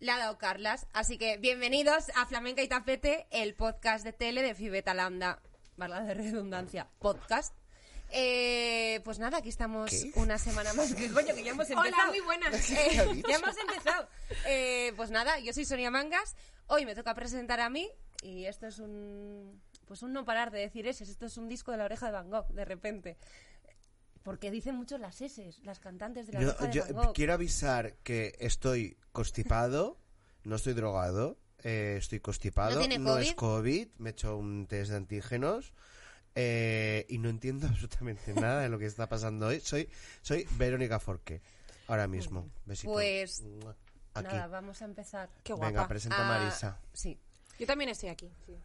nada, o Carlas. Así que bienvenidos a Flamenca y Tapete, el podcast de tele de Fibeta Lambda, valga de redundancia, podcast. Eh, pues nada, aquí estamos ¿Qué? una semana más. ¿Qué coño? Que ya hemos empezado. Hola, muy buenas. ¿Qué Eh, ha dicho? ya hemos empezado. Eh, pues nada, yo soy Sonia Mangas. Hoy me toca presentar a mí y esto es un. Pues un no parar de decir S. Esto es un disco de la oreja de Van Gogh, de repente. Porque dicen mucho las S, las cantantes de la No, oreja de yo eh, Van Gogh. quiero avisar que estoy constipado, no estoy drogado, eh, estoy constipado, ¿No tiene es COVID? COVID, me he hecho un test de antígenos eh, y no entiendo absolutamente nada de lo que está pasando hoy. Soy, soy Verónica Forqué, ahora mismo. Besito. Pues, Mua. Aquí. Nada, vamos a empezar. Qué guapa. Venga, presento a Ah, Marisa. Sí. Yo también estoy aquí. sí.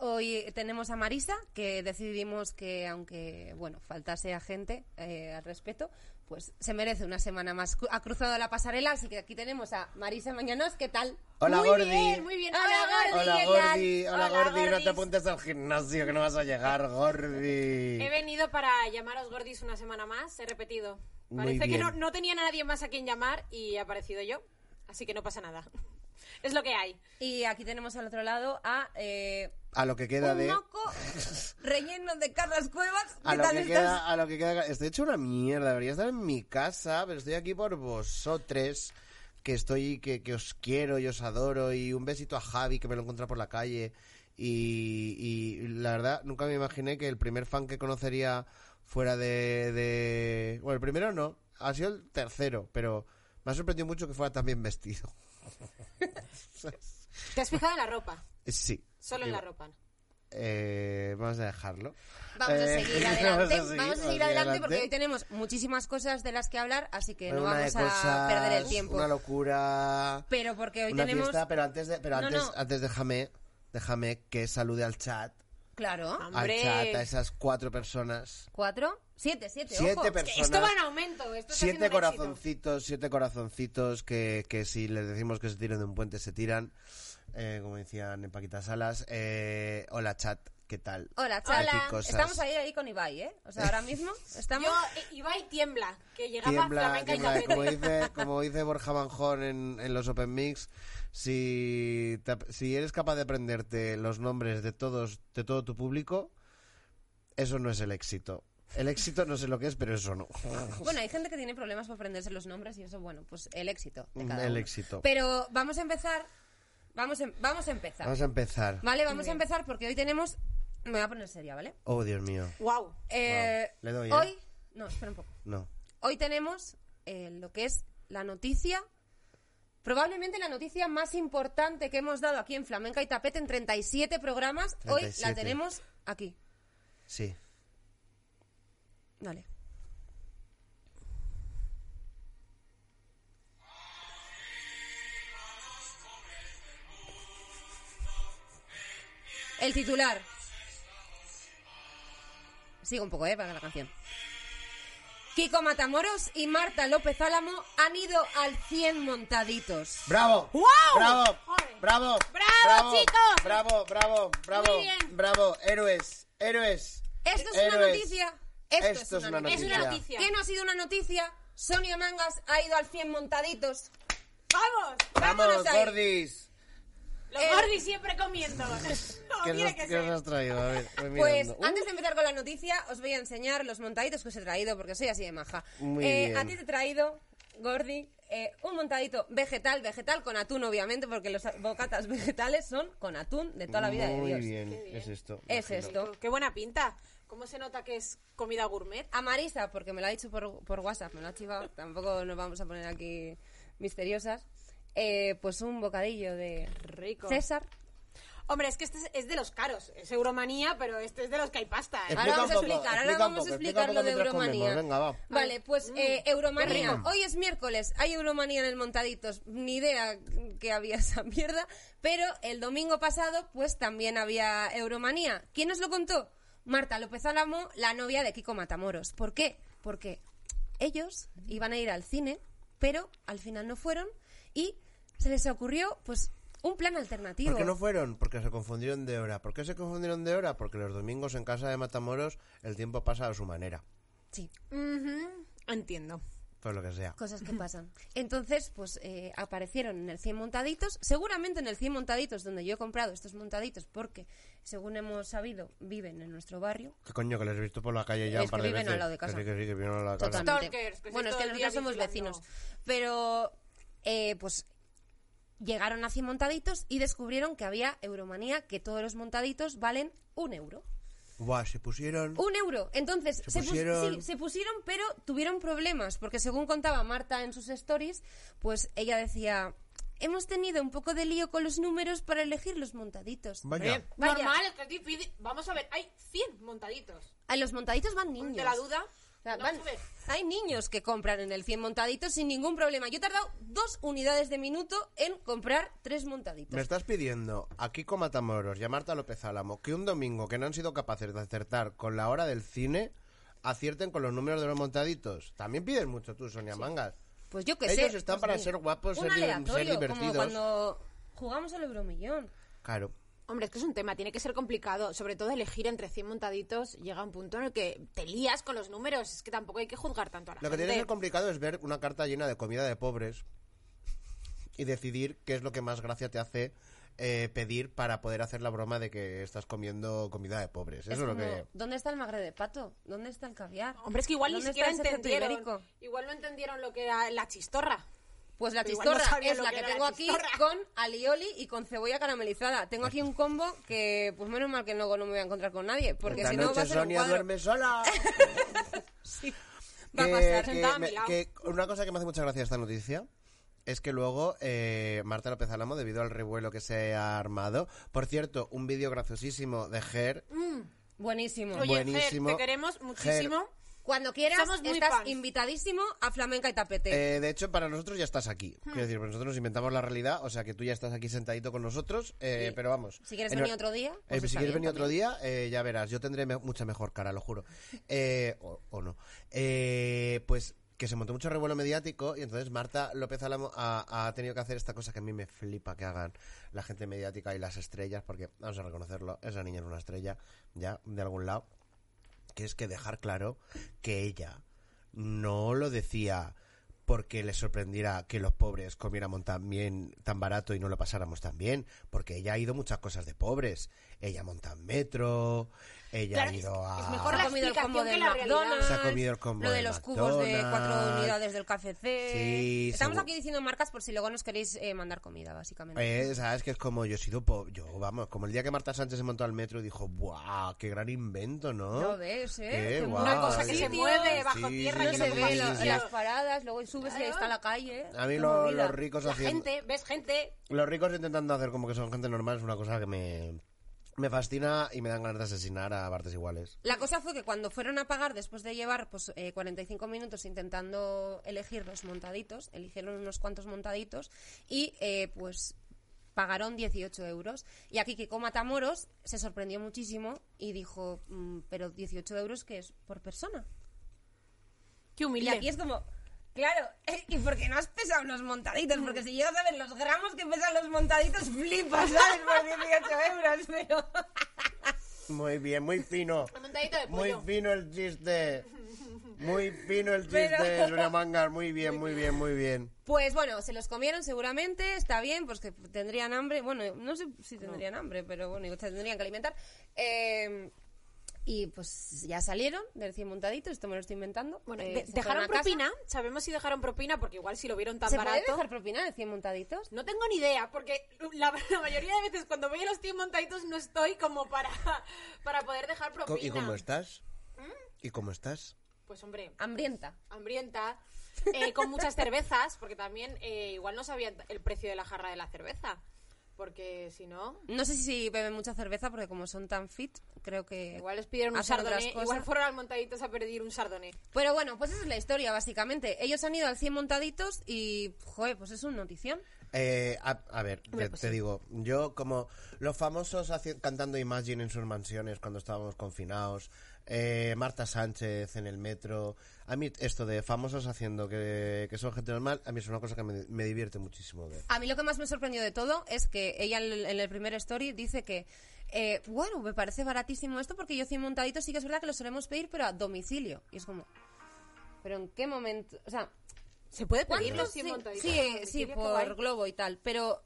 Hoy tenemos a Marisa, que decidimos que, aunque, bueno, faltase a gente eh, al respeto, pues se merece una semana más. Cu- Ha cruzado la pasarela, así que aquí tenemos a Marisa Mañanos. ¿Qué tal? Hola, muy Gordi. bien, muy bien. Hola, Gordi. Hola, ¿qué tal? Gordi. Hola, Gordi. No te Gordis. apuntes al gimnasio que no vas a llegar, Eh, Gordi. He venido para llamaros Gordis una semana más, he repetido. Muy Parece que bien. no, no tenía nadie más a quien llamar y he aparecido yo, así que no pasa nada. Es lo que hay. Y aquí tenemos al otro lado a eh, A lo que queda un de... moco relleno de Carlos Cuevas. A ¿Qué lo, tal que estás? queda, a lo que queda. Estoy hecho una mierda. Debería estar en mi casa, pero estoy aquí por vosotros. Que estoy, que, que os quiero y os adoro. Y un besito a Javi, que me lo encontré por la calle. Y, y la verdad, nunca me imaginé que el primer fan que conocería fuera de, de- Bueno, el primero no. Ha sido el tercero, pero me ha sorprendido mucho que fuera tan bien vestido. ¿Te has fijado en la ropa? Sí. Solo en Digo, la ropa. eh, vamos a dejarlo. Vamos a Eh, seguir adelante, vamos a seguir, vamos a seguir vamos adelante porque hoy tenemos muchísimas cosas de las que hablar, así que no Una de vamos a cosas, perder el tiempo. Una locura. Pero porque hoy una tenemos... fiesta, pero antes de, pero No, antes, no. antes déjame, déjame que salude al chat, Claro. Hombre. al chat, a esas cuatro personas. ¿Cuatro? Siete, siete, Siete ojo. personas. Esto va en aumento. Esto está Siete siendo un éxito. corazoncitos, siete corazoncitos que, que si les decimos que se tiren de un puente se tiran, Eh, como decían en Paquita Salas. Eh, hola chat, ¿qué tal? Hola, chat. Aquí cosas. Estamos ahí, ahí con Ibai, ¿eh? O sea, ahora mismo estamos... Yo, eh, Ibai tiembla, que llegaba Tiembla, flamenca tiembla. y Como tapete. dice, como dice Borja Manjón en, en los Open Mix, si, te- si eres capaz de aprenderte los nombres de todos, de todo tu público, eso no es el éxito. El éxito no sé lo que es, pero eso no. Bueno, hay gente que tiene problemas para aprenderse los nombres y eso, bueno, pues el éxito de cada Mm, El uno. éxito. Pero vamos a empezar... Vamos, em- vamos a empezar. Vamos a empezar. Vale, vamos a empezar porque hoy tenemos... Me voy a poner seria, ¿vale? Oh, Dios mío. Wow. Eh, Le doy, ¿eh? hoy... No, espera un poco. No. Hoy tenemos eh, lo que es la noticia, probablemente la noticia más importante que hemos dado aquí en Flamenca y Tapete en 37 programas. Hoy la 37. tenemos aquí. Sí. Vale. El titular. Sigo un poco, ¿eh? Para la canción. Kiko Matamoros y Marta López Álamo han ido al 100 montaditos. ¡Bravo! ¡Wow! ¡Bravo! Joder. ¡Bravo! ¡Bravo, chicos! ¡Bravo, bravo, bravo! Muy bien. ¡Bravo! ¡Héroes! ¡Héroes! Esto es una Héroes. noticia. Esto, es una noticia. Es una noticia. ¿Qué no ha sido una noticia? Sonia Mangas ha ido al 100 montaditos. ¡Vamos! ¡Vamos, Vámonos ahí. Gordis! Los Eh, Gordis siempre comiendo. No, ¿Qué tiene nos, que qué nos ser. has traído? A ver, voy Pues mirando. Uh, antes de empezar con la noticia, os voy a enseñar los montaditos que os he traído, porque soy así de maja. Muy Eh, bien. A ti te he traído, Gordi, eh, un montadito vegetal, vegetal con atún, obviamente, porque los bocatas vegetales son con atún de toda la vida Muy de Dios. bien, Qué bien. es esto. Es imagino. esto. Qué buena pinta. ¿Cómo se nota que es comida gourmet? A Marisa, porque me lo ha dicho por, por WhatsApp, me lo ha chivado, tampoco nos vamos a poner aquí misteriosas, eh, pues un bocadillo de Rico. César. Hombre, es que este es, es de los caros. Es Euromanía, pero este es de los que hay pasta. ¿eh? Explica Ahora vamos un a poco, explicar, ahora explica un vamos a poco, explicar explica lo un de poco mientras Euromanía. comemos, venga, va. Vale, pues eh, Euromanía. rico. Hoy es miércoles, hay Euromanía en el Montaditos. Ni idea que había esa mierda. Pero el domingo pasado, pues también había Euromanía. ¿Quién nos lo contó? Marta López Álamo, la novia de Kiko Matamoros. ¿Por qué? Porque ellos iban a ir al cine, pero al final no fueron y se les ocurrió, pues, un plan alternativo. ¿Por qué no fueron? Porque se confundieron de hora. ¿Por qué se confundieron de hora? Porque los domingos en casa de Matamoros el tiempo pasa a su manera. Sí. Ujú, Entiendo. por lo que sea. Cosas que pasan. Entonces, pues eh, aparecieron en el 100 montaditos. Seguramente en el 100 montaditos, donde yo he comprado estos montaditos, porque, según hemos sabido, viven en nuestro barrio. ¿Qué coño? Que les he visto por la calle ya Es un par que de viven veces. al lado de casa. Que sí, que sí, que viven al lado de casa. Total. Totalmente. Stalkers, que bueno, soy es todo que el día nosotros somos vigilando. vecinos. Pero, eh, pues, llegaron a 100 montaditos y descubrieron que había Euromanía, que todos los montaditos valen un euro. Buah, se pusieron... Un euro. Entonces, Se se, pus- pusieron- sí, se pusieron, pero tuvieron problemas, porque según contaba Marta en sus stories, pues ella decía, hemos tenido un poco de lío con los números para elegir los montaditos. Vaya. Hombre, Vaya. Normal, es que es difícil. Vamos a ver, hay 100 montaditos. A los montaditos van niños. De la duda. O sea, Vamos van- a ver. hay niños que compran en el 100 montaditos sin ningún problema. Yo he tardado dos unidades de minuto en comprar tres montaditos. Me estás pidiendo a Kiko Matamoros y a Marta López Álamo que un domingo que no han sido capaces de acertar con la hora del cine, acierten con los números de los montaditos. También pides mucho tú, Sonia Mangas. Pues yo que sé. Ellos están pues para mira, ser guapos, un ser, di- ser aleatorio, como divertidos. cuando jugamos al Euromillón. Claro. Hombre, es que es un tema, tiene que ser complicado. Sobre todo elegir entre 100 montaditos llega un punto en el que te lías con los números. Es que tampoco hay que juzgar tanto a la Lo que gente. tiene que ser complicado es ver una carta llena de comida de pobres y decidir qué es lo que más gracia te hace eh, pedir para poder hacer la broma de que estás comiendo comida de pobres. Eso es, Es lo como, que... ¿Dónde está el magre de pato? ¿Dónde está el caviar? Hombre, es que igual ni ¿Dónde siquiera está el secreto entendieron. ibérico? Igual no entendieron lo que era la chistorra. Pues la Pero igual no chistorra sabía es lo la que que era la tengo aquí chistorra. con alioli y con cebolla caramelizada. Tengo aquí un combo que, pues menos mal que luego no me voy a encontrar con nadie, porque Esta si no va noche a ser un Sonia cuadro. duerme sola. Va a Que- pasar. que sentada a me- mi lado. que una cosa que me hace mucha gracia esta noticia es que luego eh, Marta López Álamo, debido al revuelo que se ha armado, por cierto, un vídeo graciosísimo de Ger, Buenísimo. Oye, Ger, Buenísimo. te queremos muchísimo. Cuando quieras, Somos muy estás fans. invitadísimo a Flamenca y Tapete. Eh, de hecho, para nosotros ya estás aquí. Hmm. Quiero decir, pues nosotros nos inventamos la realidad, o sea que tú ya estás aquí sentadito con nosotros, eh, Sí. pero vamos. Si quieres en- venir otro día, Eh, pues si está quieres bien venir otro día, eh, ya verás, yo tendré me- mucha mejor cara, lo juro. Eh, o, o no. Eh, pues que se montó mucho revuelo mediático y entonces Marta López Álamo ha, ha tenido que hacer esta cosa que a mí me flipa que hagan la gente mediática y las estrellas, porque vamos a reconocerlo, esa niña era una estrella, ya, de algún lado que es que dejar claro que ella no lo decía porque le sorprendiera que los pobres comiéramos tan bien, tan barato y no lo pasáramos tan bien, porque ella ha ido muchas cosas de pobres. Ella monta en metro, ella Claro, ha es- ido a... es mejor Se la ha comido el combo explicación que del la realidad. McDonald's. Se ha comido el combo Lo de del los cubos de cuatro McDonald's. unidades del KFC. Sí, Estamos seguro. aquí diciendo marcas por si luego nos queréis eh, mandar comida, básicamente. Eh, sabes que es como yo he sido po- yo vamos como el día que Marta Sánchez se montó al metro y dijo ¡buah! qué gran invento ¿no? Lo ves, ¿eh? Qué Que guay. una cosa que se mueve bajo tierra, No que se ve la- sí. las paradas, luego subes y ahí Claro. está la calle. ¿eh? a mí Qué lo- movida. los ricos La haciendo gente, ves gente. Los ricos intentando hacer como que son gente normal es una cosa que me, me fascina y me dan ganas de asesinar a partes iguales. La cosa fue que cuando fueron a pagar, después de llevar pues eh, 45 minutos intentando elegir los montaditos, eligieron unos cuantos montaditos y eh, pues pagaron 18 euros. Y aquí Kiko Matamoros se sorprendió muchísimo y dijo, "Mm, pero 18 euros que es por persona. Qué Y humilde. aquí es como... Claro, eh, ¿y por qué no has pesado los montaditos? Porque si llegas a ver los gramos que pesan los montaditos, flipas, ¿sabes? Por 18 euros, pero... Muy bien, muy fino. Un montadito de Muy pollo. fino el chiste. Muy fino el chiste, Pero- Sonia Mangar. Muy bien, muy bien, muy bien. Pues bueno, se los comieron seguramente, está bien, pues que tendrían hambre. Bueno, no sé si tendrían hambre, pero bueno, se tendrían que alimentar. Eh, y pues ya salieron del 100 montaditos, esto me lo estoy inventando. Bueno, Eh, de- se fueron ¿dejaron a casa. propina? ¿Sabemos si dejaron propina? Porque igual si lo vieron tan ¿Se barato. puede dejar propina de 100 montaditos? No tengo ni idea, porque la, la mayoría de veces cuando voy a los 100 montaditos no estoy como para, para poder dejar propina. ¿Y cómo estás? ¿Y cómo estás? Pues hombre, Hambrienta. hambrienta, eh, con muchas cervezas, porque también eh, igual no sabían el precio de la jarra de la cerveza, porque si no, No sé si beben mucha cerveza porque como son tan fit, creo que... igual les pidieron un hacen otras sardoné, cosas. igual fueron al montaditos a pedir un sardoné. Pero bueno, pues esa es la historia, básicamente. Ellos han ido al 100 montaditos y, joder, pues es un notición. Eh, a, a ver, Hombre, te, pues te sí. digo, yo como los famosos haci- cantando Imagine en sus mansiones cuando estábamos confinados, eh, Marta Sánchez en el metro, a mí esto de famosos haciendo que, que son gente normal, a mí es una cosa que me, me divierte muchísimo ver. A mí lo que más me sorprendió de todo es que ella en el, en el primer story dice que, eh, bueno, me parece baratísimo esto porque yo 100 montaditos sí que es verdad que lo solemos pedir, pero a domicilio. Y es como, ¿pero en qué momento? O sea, ¿Se puede pedirlo ¿Cuántos? sin Sí, montaditos? sí, eh, sí, Mira qué guay. por globo y tal. Pero,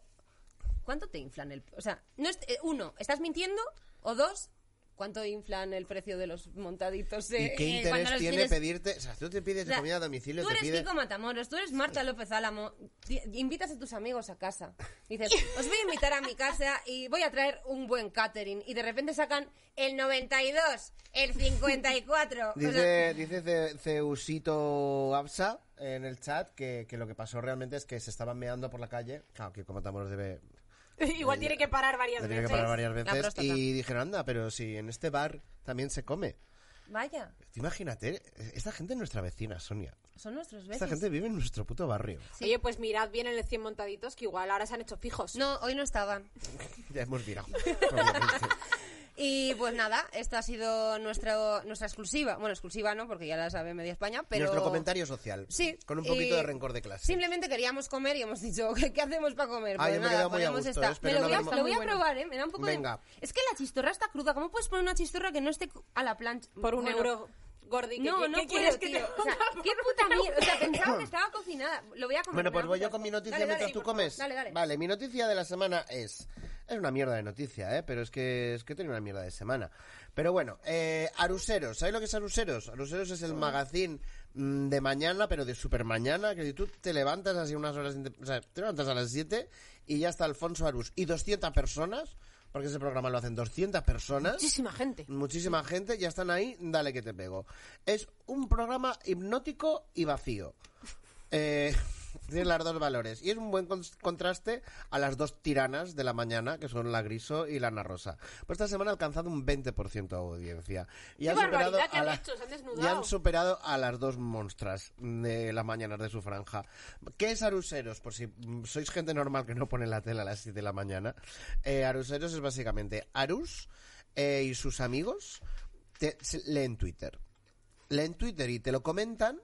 ¿cuánto te inflan el.? O sea, no es- eh, uno, ¿estás mintiendo? O dos, ¿cuánto inflan el precio de los montaditos? eh? ¿Y qué Eh, cuando interés los tiene tienes- pedirte? O sea, tú te O pides sea, comida a domicilio, Tú te eres pide... Kiko Matamoros, tú eres Marta López Álamo, ti- invitas a tus amigos a casa. Dices, os voy a invitar a mi casa y voy a traer un buen catering. Y de repente sacan el 92, el 54. o sea, Dice, dice Ce- Ceusito Absa en el chat que, que lo que pasó realmente es que se estaban meando por la calle. Claro, que como Matamoros debe... Igual tiene que parar varias Tenía que veces. parar varias la veces próstata. y dijeron, anda, pero si en este bar también se come. vaya, Tú Imagínate, esta gente es nuestra vecina, Sonia. son nuestros Esta veces. gente vive en nuestro puto barrio. Sí. Oye, pues mirad bien en el 100 montaditos, que igual ahora se han hecho fijos. No, hoy no estaban. Ya hemos virado. obviamente. Y pues nada, esto ha sido nuestro, nuestra exclusiva. Bueno, exclusiva no, porque ya la sabe media España, pero... Nuestro comentario social. Sí. Con un poquito y de rencor de clase. Simplemente queríamos comer y hemos dicho, ¿qué, qué hacemos para comer? Ah, Pues yo me nada, he quedado muy a ponemos gusto, esta. eh, espero Me lo no voy a, haberme- lo voy a Está muy probar, ¿eh? Me da un poco Venga. de... Es que la chistorra está cruda. ¿Cómo puedes poner una chistorra que no esté cu- a la plancha? Por un Bueno, euro, Gordi. ¿qué- No, qué- no qué puedo, quieres que tío. te O sea, ponga? qué puta mierda. O sea, pensaba que estaba cocinada. Lo voy a comer. Bueno, me pues da voy yo mucho con mi asco. noticia Dale, mientras dale, tú por favor. comes. Dale, dale. Vale, mi noticia de la semana es. Es una mierda de noticia, ¿eh? Pero es que es que tiene una mierda de semana. Pero bueno, eh, Aruseros. ¿Sabes lo que es Aruseros? Aruseros es el magazine mm, de mañana, pero de super mañana, que tú te levantas así unas horas... inte- O sea, te levantas a las 7 y ya está Alfonso Arus. Y 200 personas, porque ese programa lo hacen 200 personas. Muchísima gente. Muchísima gente, ya están ahí, dale que te pego. Es un programa hipnótico y vacío. Eh, tiene los dos valores. Y es un buen cons- contraste a las dos tiranas de la mañana, que son la Griso y la Ana Rosa. Pues esta semana ha alcanzado un 20% de audiencia. Y ¡Qué han superado barbaridad que a han la- hecho! Se han y han desnudado. superado a las dos monstras de las mañanas de su franja. ¿Qué es Aruseros? Por si mm, sois gente normal que no pone la tela a las 7 de la mañana. Eh, Aruseros es básicamente Arus eh, y sus amigos te- se- leen Twitter. Leen Twitter y te lo comentan.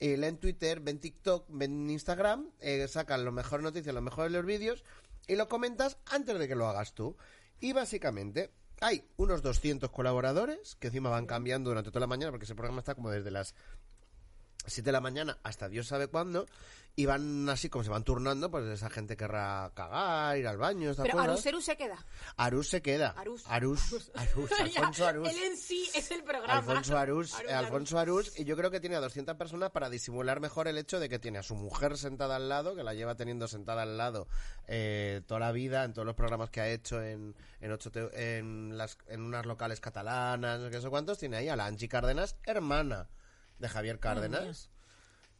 eh, leen Twitter, ven TikTok, ven Instagram, eh, sacan las mejores noticias, los mejores de los vídeos y lo comentas antes de que lo hagas tú. Y básicamente hay unos 200 colaboradores que encima van cambiando durante toda la mañana porque ese programa está como desde las 7 de la mañana hasta Dios sabe cuándo y van así como se van turnando, pues esa gente querrá cagar, ir al baño, estas Pero cosas. Aruseru se queda. Arús se queda. Arús. Arús. Arús. Alfonso Ya, Arús. Él en sí es el programa. Alfonso Arús, Arús, eh, Alfonso Arús, y yo creo que tiene a 200 personas para disimular mejor el hecho de que tiene a su mujer sentada al lado, que la lleva teniendo sentada al lado eh, toda la vida en todos los programas que ha hecho en en, ocho te- en, las, en unas locales catalanas, no sé cuántos, tiene ahí a la Angie Cárdenas, hermana de Javier Cárdenas.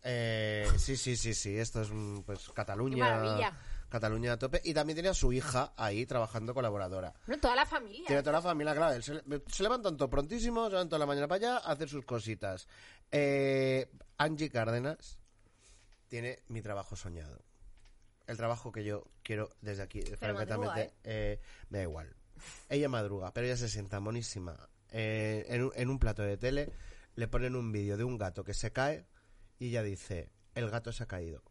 Eh, sí, sí, sí, sí, esto es mm, pues Cataluña. Qué maravilla. Cataluña a tope. Y también tiene a su hija ahí trabajando colaboradora. No, toda la familia. Tiene toda la familia, claro. él Se, le- se levantan todo prontísimo, se levantan toda la mañana para allá a hacer sus cositas. Eh, Angie Cárdenas tiene mi trabajo soñado. El trabajo que yo quiero desde aquí, madruga, francamente, eh, me da igual. Ella madruga, pero ella se sienta monísima. Eh, en, un- en un plato de tele le ponen un vídeo de un gato que se cae y ella dice, el gato se ha caído.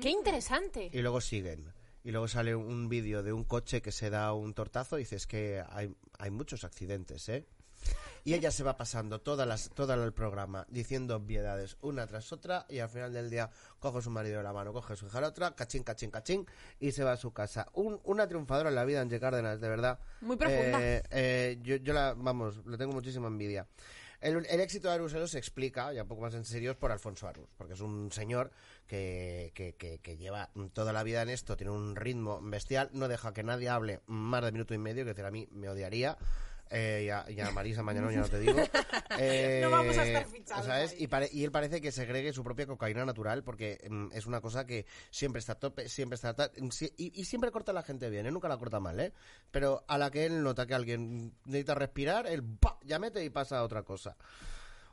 Qué interesante. Y luego siguen. Y luego sale un vídeo de un coche que se da un tortazo y dices que hay, hay muchos accidentes, ¿eh? Y ella se va pasando todas las, todo el programa diciendo obviedades una tras otra y al final del día coge a su marido de la mano, coge a su hija de la otra, cachín, cachín, cachín y se va a su casa. Un- una triunfadora en la vida, Angie Cárdenas, de verdad. Muy profunda. Eh, eh, yo, yo la, vamos, le tengo muchísima envidia. El, el éxito de Arusero se explica, ya un poco más en serio, es por Alfonso Arus, porque es un señor que, que- que- que lleva toda la vida en esto, tiene un ritmo bestial, no deja que nadie hable más de minuto y medio, que decir, a mí me odiaría. Eh, y, a, y a Marisa mañana ya no te digo. Eh, No vamos a estar fichados ¿sabes? ahí. Y, pare- y él parece que segregue su propia cocaína natural porque mm, es una cosa que siempre está a tope, siempre está... ta- mm, si- y, y siempre corta a la gente bien, ¿eh? nunca la corta mal, ¿eh? Pero a la que él nota que alguien necesita respirar, él ¡pa! ya mete y pasa a otra cosa.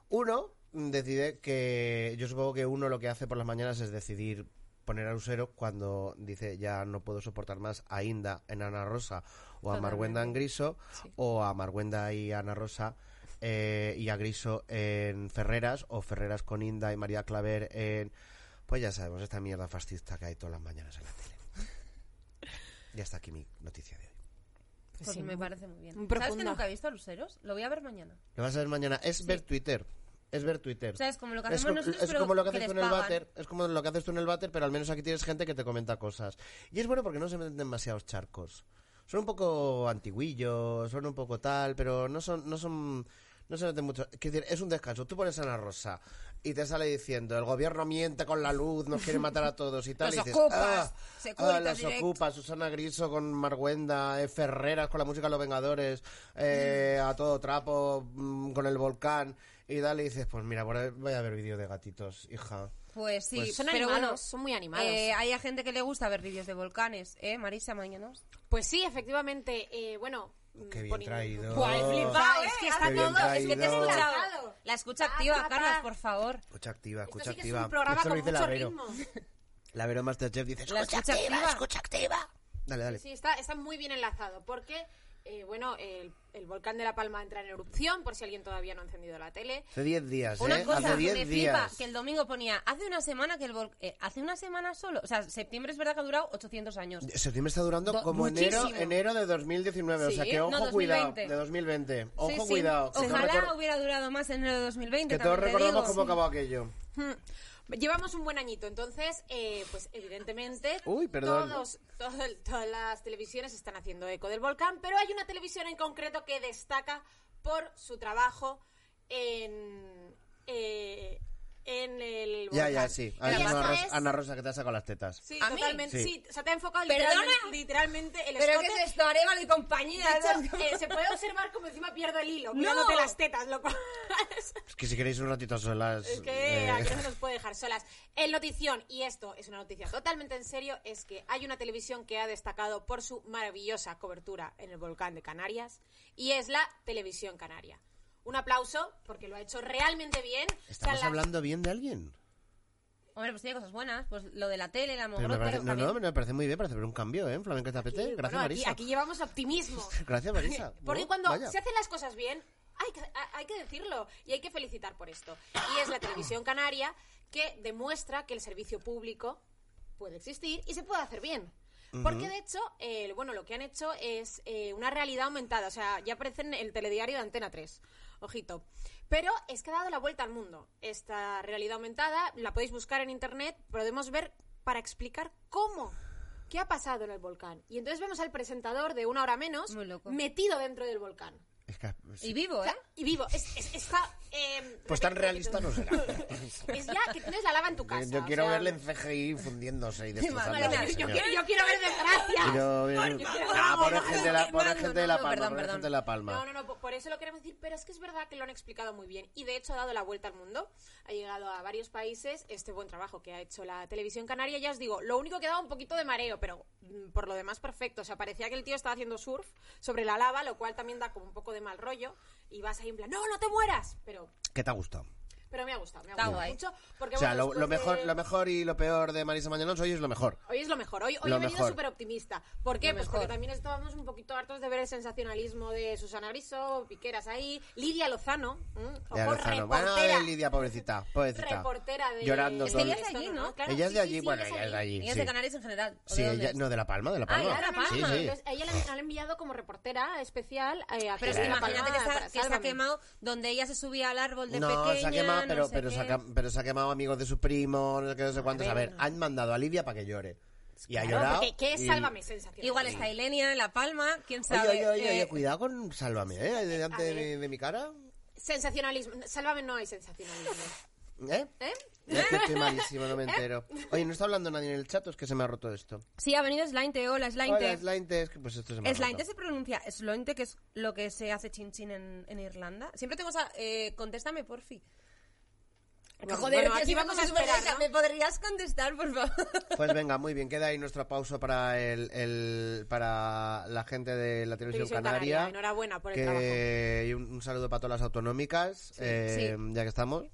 Uno mm, decide que... Yo supongo que uno lo que hace por las mañanas es decidir poner a Lucero cuando dice ya no puedo soportar más a Inda en Ana Rosa o a Totalmente. Marguenda en Griso o a Marguenda y Ana Rosa eh, y a Griso en Ferreras o Ferreras con Inda y María Claver en... Pues ya sabemos, esta mierda fascista que hay todas las mañanas en la tele. y hasta aquí mi noticia de hoy. Pues me parece muy bien. muy ¿Sabes que profunda. nunca he visto a Luceros? Lo voy a ver mañana. Lo vas a ver mañana. Es ver Twitter. es ver Twitter. O sea, es como lo que Es hacemos co- nosotros, es pero como lo que que haces tú en les el pagan. váter, es como lo que haces tú en el váter, pero al menos aquí tienes gente que te comenta cosas. Y es bueno porque no se meten demasiados charcos. Son un poco antiguillos, son un poco tal, pero no son, no son, no se meten mucho. Quiero decir, es un descanso. Tú pones a Ana Rosa y te sale diciendo, el gobierno miente con la luz, nos quiere matar a todos y tal. Los y dices, ocupas, "Ah, Securitas ah, los Direct". ocupa, Susana Griso con Marguenda, eh, Ferreras con la música de los Vengadores, eh, a todo trapo, mm, con el volcán y dale y dices, pues mira, por ahí voy a ver vídeo de gatitos, hija. Pues sí, Pues- Son pero animados, bueno, son muy animados. eh, hay a gente que le gusta ver vídeos de volcanes, ¿eh, Marisa, mañanos? Pues sí, efectivamente, eh, bueno... Qué mm, bien poniendo- traído. Buah, he flipado, es que eh, está Qué bien todo, es que te he traído. escuchado. La escucha activa, Pa, pa, pa. Carlos, por favor. Escucha activa, Esto escucha sí que es activa. un programa Esto lo con dice mucho la Vero. ritmo. La Vero Masterchef dice, La escucha, escucha activa, activa. escucha activa. Dale, dale. Sí, está, está muy bien enlazado, porque, eh, bueno, el, el volcán de La Palma entra en erupción, por si alguien todavía no ha encendido la tele. Hace 10 días, Una ¿eh? cosa Hace que 10 me flipa, días. que el domingo ponía, hace una semana que el volcán, hace una semana solo, o sea, septiembre es verdad que ha durado 800 años. Septiembre está durando Do- como enero, muchísimo. enero de 2019, o sea Sí, que no, ojo cuidado, 2020. de 2020. Ojo Sí, sí. cuidado. que todos Ojalá recor- hubiera durado más en enero de 2020, que todos también te recordamos digo. cómo acabó aquello. Hmm. Llevamos un buen añito, entonces, eh, pues evidentemente Uy, perdón. todos- todo el- todas las televisiones están haciendo eco del volcán, pero hay una televisión en concreto que destaca por su trabajo en, eh, en el volcán. Ya, ya, sí. Y A ver, Además, Ana, esta Rosa, es- Ana Rosa, que te ha sacado las tetas. Sí, ¿A mí? totalmente. Sí. Sí. o sea, te ha enfocado ¿Perdona? literalmente, literalmente el Pero escote. qué es esto, Arevalo y compañía. De hecho, ¿no? eh, se puede observar como encima pierdo el hilo, mirándote ¡No! las tetas, lo cual es- Es que si queréis un ratito solas... es que eh, aquí no se nos puede dejar solas. El notición, y esto es una noticia totalmente en serio, es que hay una televisión que ha destacado por su maravillosa cobertura en el volcán de Canarias, y es la Televisión Canaria. Un aplauso, porque lo ha hecho realmente bien. O sea, ¿Estamos la- hablando bien de alguien? Hombre, pues tiene cosas buenas, pues lo de la tele, la Pero me mogrote, parece, pero no, no, también- me parece muy bien, parece ver un cambio, ¿eh? En Flamenca Tapete. Sí, Gracias, bueno, aquí- Marisa. Aquí, llevamos optimismo. Gracias, Marisa. Porque Bueno, cuando vaya. se hacen las cosas bien, hay que, a- hay que decirlo y hay que felicitar por esto. Y es la televisión canaria que demuestra que el servicio público puede existir y se puede hacer bien. Porque de hecho, eh, bueno, lo que han hecho es eh, una realidad aumentada. O sea, ya aparece en el telediario de Antena 3. Ojito. Pero es que ha dado la vuelta al mundo. Esta realidad aumentada la podéis buscar en internet. Podemos ver para explicar cómo. ¿Qué ha pasado en el volcán? Y entonces vemos al presentador de una hora menos Muy loco. metido dentro del volcán. Es que- pues sí. Y vivo, ¿eh? Y vivo, es, es- está... eh, Pues tan repito, realista no será. Es ya que tienes la lava en tu casa. Yo o quiero sea, verle en CGI fundiéndose y Bueno, destrozándose. yo- yo al Yo señor. quiero, yo quiero ver desgracias. Quiero ver- Ah, pobre gente de la- pobre Mando, gente de no, la no, palma. perdón, pobre gente de perdón. la palma. No, no, no, po- por eso lo queremos decir, pero es que es verdad que lo han explicado muy bien y de hecho ha dado la vuelta al mundo, ha llegado a varios países este buen trabajo que ha hecho la televisión canaria, ya os digo, lo único que daba un poquito de mareo, pero mm, por lo demás perfecto, o sea, parecía que el tío estaba haciendo surf sobre la lava, lo cual también da como un poco de mal rollo y vas ahí en plan, no, no te mueras, pero... ¿Qué te ha gustado? Pero me ha gustado, me ha Está gustado guay. mucho. Porque, O sea, lo, bueno, lo después de- mejor, lo mejor y lo peor de Marisa Mañanos hoy es lo mejor. Hoy es lo mejor. Hoy, hoy Lo he venido mejor. súper optimista. ¿Por qué? Lo Pues mejor. porque también estábamos un poquito hartos de ver el sensacionalismo de Susana Griso, Piqueras ahí, Lidia Lozano. ¿m? Ojo, Ya, Lozano. Bueno, reportera. eh, Lidia, pobrecita. pobrecita. Reportera de... Este, Llorando Es que todo. ella es de allí, ¿no? Claro, Ella es sí, de sí, allí, sí, bueno, ella es ella es de allí. Y es sí. de Canarias en general. ¿o Sí, de dónde ella- es? no, de La Palma, de La Ah, Palma. ya, de La Sí, Palma. sí. Entonces, a ella la, la han enviado como reportera especial eh, a Pero es Cristina que imagínate Palma que se para ha, que se ha Sálvame. quemado donde ella se subía al árbol de no, pequeña. se ha quemado, pero, no sé pero, se ha, qué. quem- pero se ha quemado amigos de su primo, no sé qué, no sé cuántos. A ver, ver, han mandado a Lidia para que llore. Y ha Claro, llorado. porque- que es y- Sálvame sensacional. Igual está Ilenia en La Palma, quién Oye, sabe. oye, oye, eh, oye, cuidado con Sálvame, ¿eh? Delante de, ver. mi- de mi cara. Sensacionalismo. Sálvame no hay sensacionalismo. ¿Eh? ¿Eh? Es que estoy malísimo, no me entero. Oye, no está hablando nadie en el chat, ¿o es que se me ha roto esto. Sí, ha venido Slainte, hola Hola, Slainte. Slainte, es que pues esto se me ha roto. Slainte se pronuncia Slointe, que es lo que se hace chin chin en, en Irlanda. Siempre tengo esa... Eh, contéstame, porfi. Bueno, Joder, bueno, que aquí es una vamos cosa a esperar, superloca. ¿no? ¿Me podrías contestar, por favor? Pues venga, muy bien, queda ahí nuestro pauso para el, el- para la gente de la televisión, Televisión canaria. Canaria, enhorabuena por el que- trabajo. Y un, un saludo para todas las autonómicas, eh, ya que estamos.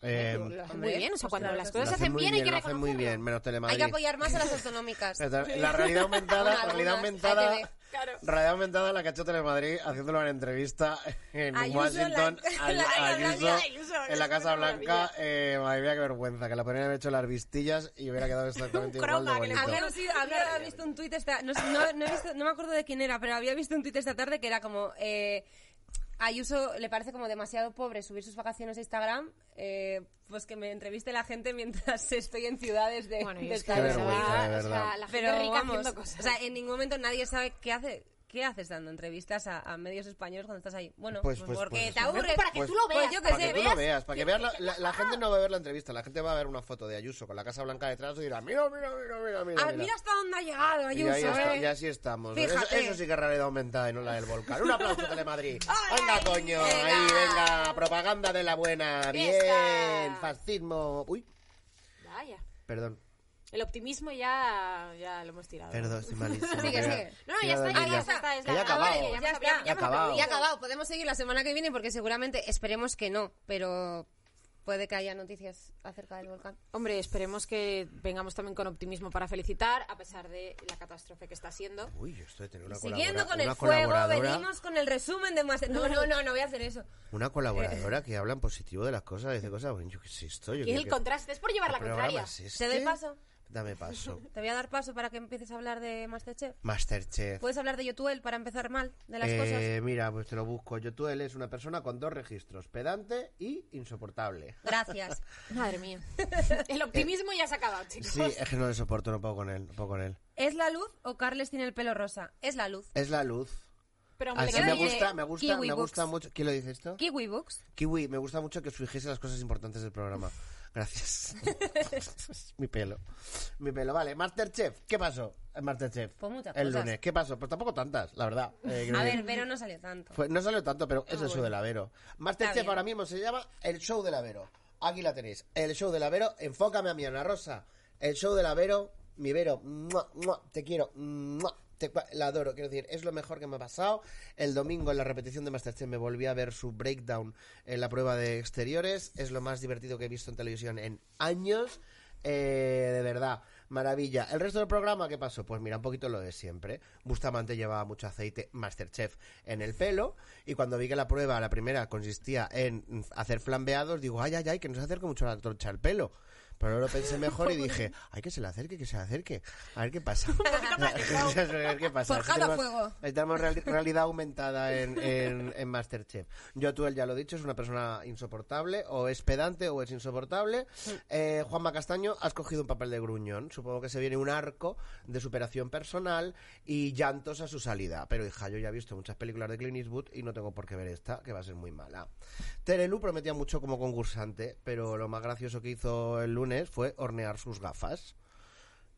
Eh, Muy bien, o sea, cuando las lo cosas se hacen muy bien hay que lo hacen muy reconocerlo. bien, menos Telemadrid. Hay que apoyar más a las autonómicas. Pero La realidad aumentada, Algunas, realidad algunas, aumentada, hay que ver. Claro. realidad aumentada la cachó Telemadrid haciéndolo en entrevista en Ayuso, Washington la- a- la a Casa Ayuso, Blanca, en Ayuso, la es una Casa Blanca. maravilla. Eh, madre mía, qué vergüenza, que la podrían haber hecho las vistillas y hubiera quedado exactamente Un igual de croma que le bonito. pongan Habíamos ido- había visto un tuit esta... No, sé, no- no he visto- no me acuerdo de quién era, pero había visto un tuit esta tarde que era como... eh, A Ayuso le parece como demasiado pobre subir sus vacaciones a Instagram, eh, pues que me entreviste la gente mientras estoy en ciudades de, Bueno, y de es que Qué Estados de verdad, vergüenza, de o sea, verdad. la gente pero rica vamos, haciendo cosas. o sea, en ningún momento nadie sabe qué hace, qué haces dando entrevistas a, a medios españoles cuando estás ahí. Bueno, Pues- pues, pues- porque pues- te aburres. para que Pues- tú lo pues veas. yo que Para sé, que tú veas lo veas, para que veas la, la- la gente no va a ver la entrevista, la gente va a ver una foto de Ayuso con la Casa Blanca detrás y dirá, mira, mira, mira, mira, mira. Ah, mira hasta dónde ha llegado Y Ayuso, ahí está, ¿eh? y así estamos. ¿no? Eso, Fíjate. eso sí que es realidad aumentada y no la del volcán. Un aplauso, Telemadrid. ¡Ay, Venga, coño. venga! Ahí, venga. Propaganda de la buena. Fiesta. Bien. Fascismo. Uy, Vaya. perdón. El optimismo ya, ya lo hemos tirado. Perdón, estoy malísimo. Sigue, Mira, sigue. No, no, ya mira está, dónde ya, ya. está, está, Que ya ha Ah, acabado. vale, ya Ya hemos está. acabado, ya Ya hemos acabado. Y ha acabado. acabado. Podemos seguir la semana que viene porque seguramente esperemos que no, pero puede que haya noticias acerca del volcán. Hombre, esperemos que vengamos también con optimismo para felicitar, a pesar de la catástrofe que está siendo. Uy, yo estoy teniendo una Siguiendo colabora- con el una fuego, colaboradora- venimos con el resumen de más. No, no, no, no voy a hacer eso. Una colaboradora que habla en positivo de las cosas, dice cosas, bueno, yo qué sé esto, yo Y es qué- el qué- contraste, es por llevar ¿qué la programa contraria. es ¿Te doy este? paso? Dame paso. Te voy a dar paso para que empieces a hablar de Masterchef. Masterchef. ¿Puedes hablar de Yotuel para empezar mal de las Eh, cosas? Mira, pues te lo busco. Yo, tú, él es una persona con dos registros, pedante y insoportable. Gracias. Madre mía. El optimismo ya se ha acabado, chicos. Sí, es que no le soporto, no puedo con él, no puedo con él. ¿Es la luz o Carles tiene el pelo rosa? Es la luz. Es la luz. Pero me Así queda me bien. gusta, me gusta, Kiwi me gusta Books. mucho. ¿Quién lo dice esto? Kiwi Books. Kiwi, me gusta mucho que os fijéis en las cosas importantes del programa. Gracias. Mi pelo. Mi pelo, vale. Masterchef, ¿qué pasó? En Masterchef. Pues muchas El cosas. lunes, ¿qué pasó? Pues tampoco tantas, la verdad. Eh, quiero A decir, ver, pero no salió tanto. Ah, Pues no salió tanto, pero es el show del Avero. Está Masterchef bien. ahora mismo se llama El Show del Avero. Aquí la tenéis. El Show del Avero. Enfócame a mi Ana Rosa. El Show del Avero. Mi Vero. Mua, mua, te quiero. Mua, te cua- la adoro. Quiero decir, es lo mejor que me ha pasado. El domingo en la repetición de Masterchef me volví a ver su breakdown en la prueba de exteriores. Es lo más divertido que he visto en televisión en años. Eh, de verdad, maravilla. ¿El resto del programa qué pasó? Pues mira, un poquito lo de siempre. Bustamante llevaba mucho aceite Masterchef en el pelo y cuando vi que la prueba, la primera, consistía en mm, hacer flambeados, digo, ay, ay, ay, que no se acerque mucho la antorcha al pelo. Pero luego lo pensé mejor y dije, ay, que se le acerque, que se le acerque. A ver qué pasa. A ver qué pasa. Forjado a Tenemos- fuego. Ahí Tenemos reali- realidad aumentada en, en, en Masterchef. Yo, tú, él ya lo he dicho, es una persona insoportable, o es pedante o es insoportable. Eh, Juanma Castaño, has cogido un papel de gruñón. Supongo que se viene un arco de superación personal y llantos a su salida. Pero, hija, yo ya he visto muchas películas de Clint Eastwood y no tengo por qué ver esta, que va a ser muy mala. Terelu prometía mucho como concursante, pero lo más gracioso que hizo el lunes fue hornear sus gafas.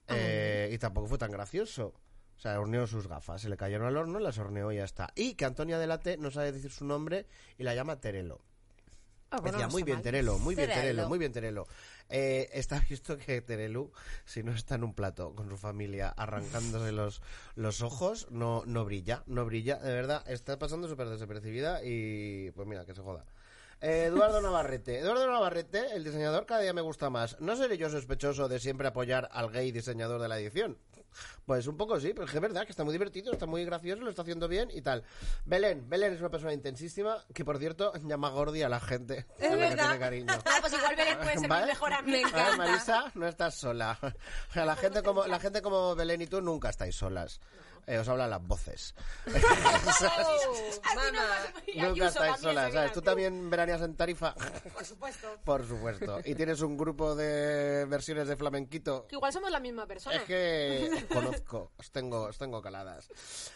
Eh, y tampoco fue tan gracioso. O sea, horneó sus gafas, se le cayeron al horno, las horneó y ya está. Y que Antonia Delate no sabe decir su nombre y la llama Terelo. Ah, bueno, Decía, no muy está bien, mal. Terelo, muy bien, Terelo. Terelo, muy bien, Terelo. Eh, está visto que Terelu, si no está en un plato con su familia arrancándose los, los ojos, no, no brilla, no brilla. De verdad, está pasando súper desapercibida y pues mira, que se joda. Eh, Eduardo Navarrete. Eduardo Navarrete, el diseñador, cada día me gusta más. ¿No seré yo sospechoso de siempre apoyar al gay diseñador de la edición? Pues un poco sí, pero es que es verdad que está muy divertido, está muy gracioso, lo está haciendo bien y tal. Belén, Belén es una persona intensísima que, por cierto, llama gordi a la gente. a la que verdad. tiene cariño. Ah, pues igual Belén puede ser ¿Vale? mi mejor Me amiga. A ver, encanta. Marisa, no estás sola. O sea, la gente como la gente como Belén y tú nunca estáis solas. Eh, os hablan las voces. Así no Mamá. pasa- y Ayuso nunca estáis también, solas, ¿sabes? Sabina, Tú también veraneas en Tarifa, Por supuesto. por supuesto. Y tienes un grupo de versiones de flamenquito. Que igual somos la misma persona. Es que os conozco, os tengo, os tengo caladas.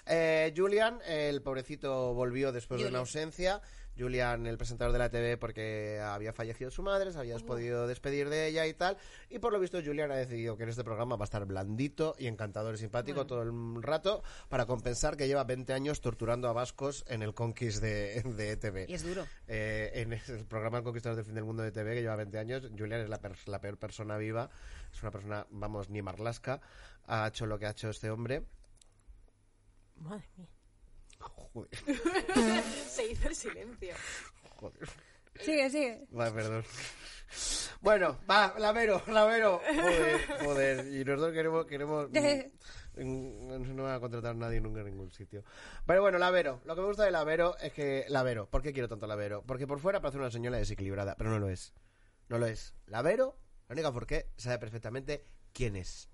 Eh, Julian, el pobrecito, volvió después de una Julian. ausencia. Julian, el presentador de la TV, porque había fallecido su madre, se había podido despedir de ella y tal. Y por lo visto, Julian ha decidido que en este programa va a estar blandito y encantador y simpático todo el rato para compensar que lleva 20 años torturando a vascos en el Conquist de, de E ETV. Y es duro. Eh, en el programa El Conquistador del Fin del Mundo de TV, que lleva 20 años, Julian es la, per- la peor persona viva. Es una persona, vamos, ni marlasca. Ha hecho lo que ha hecho este hombre. Madre mía. Joder, Se hizo el silencio. joder. Sigue, sigue. Va, perdón. Bueno, va, la vero, la vero. Joder, joder. Y nosotros queremos. queremos mm, mm, no va a contratar a nadie nunca en ningún sitio. Pero bueno, la vero. Lo que me gusta de la vero es que. La vero. ¿Por qué quiero tanto la vero? Porque por fuera parece una señora desequilibrada, pero no lo es. No lo es. La vero, la única por qué, sabe perfectamente quién es.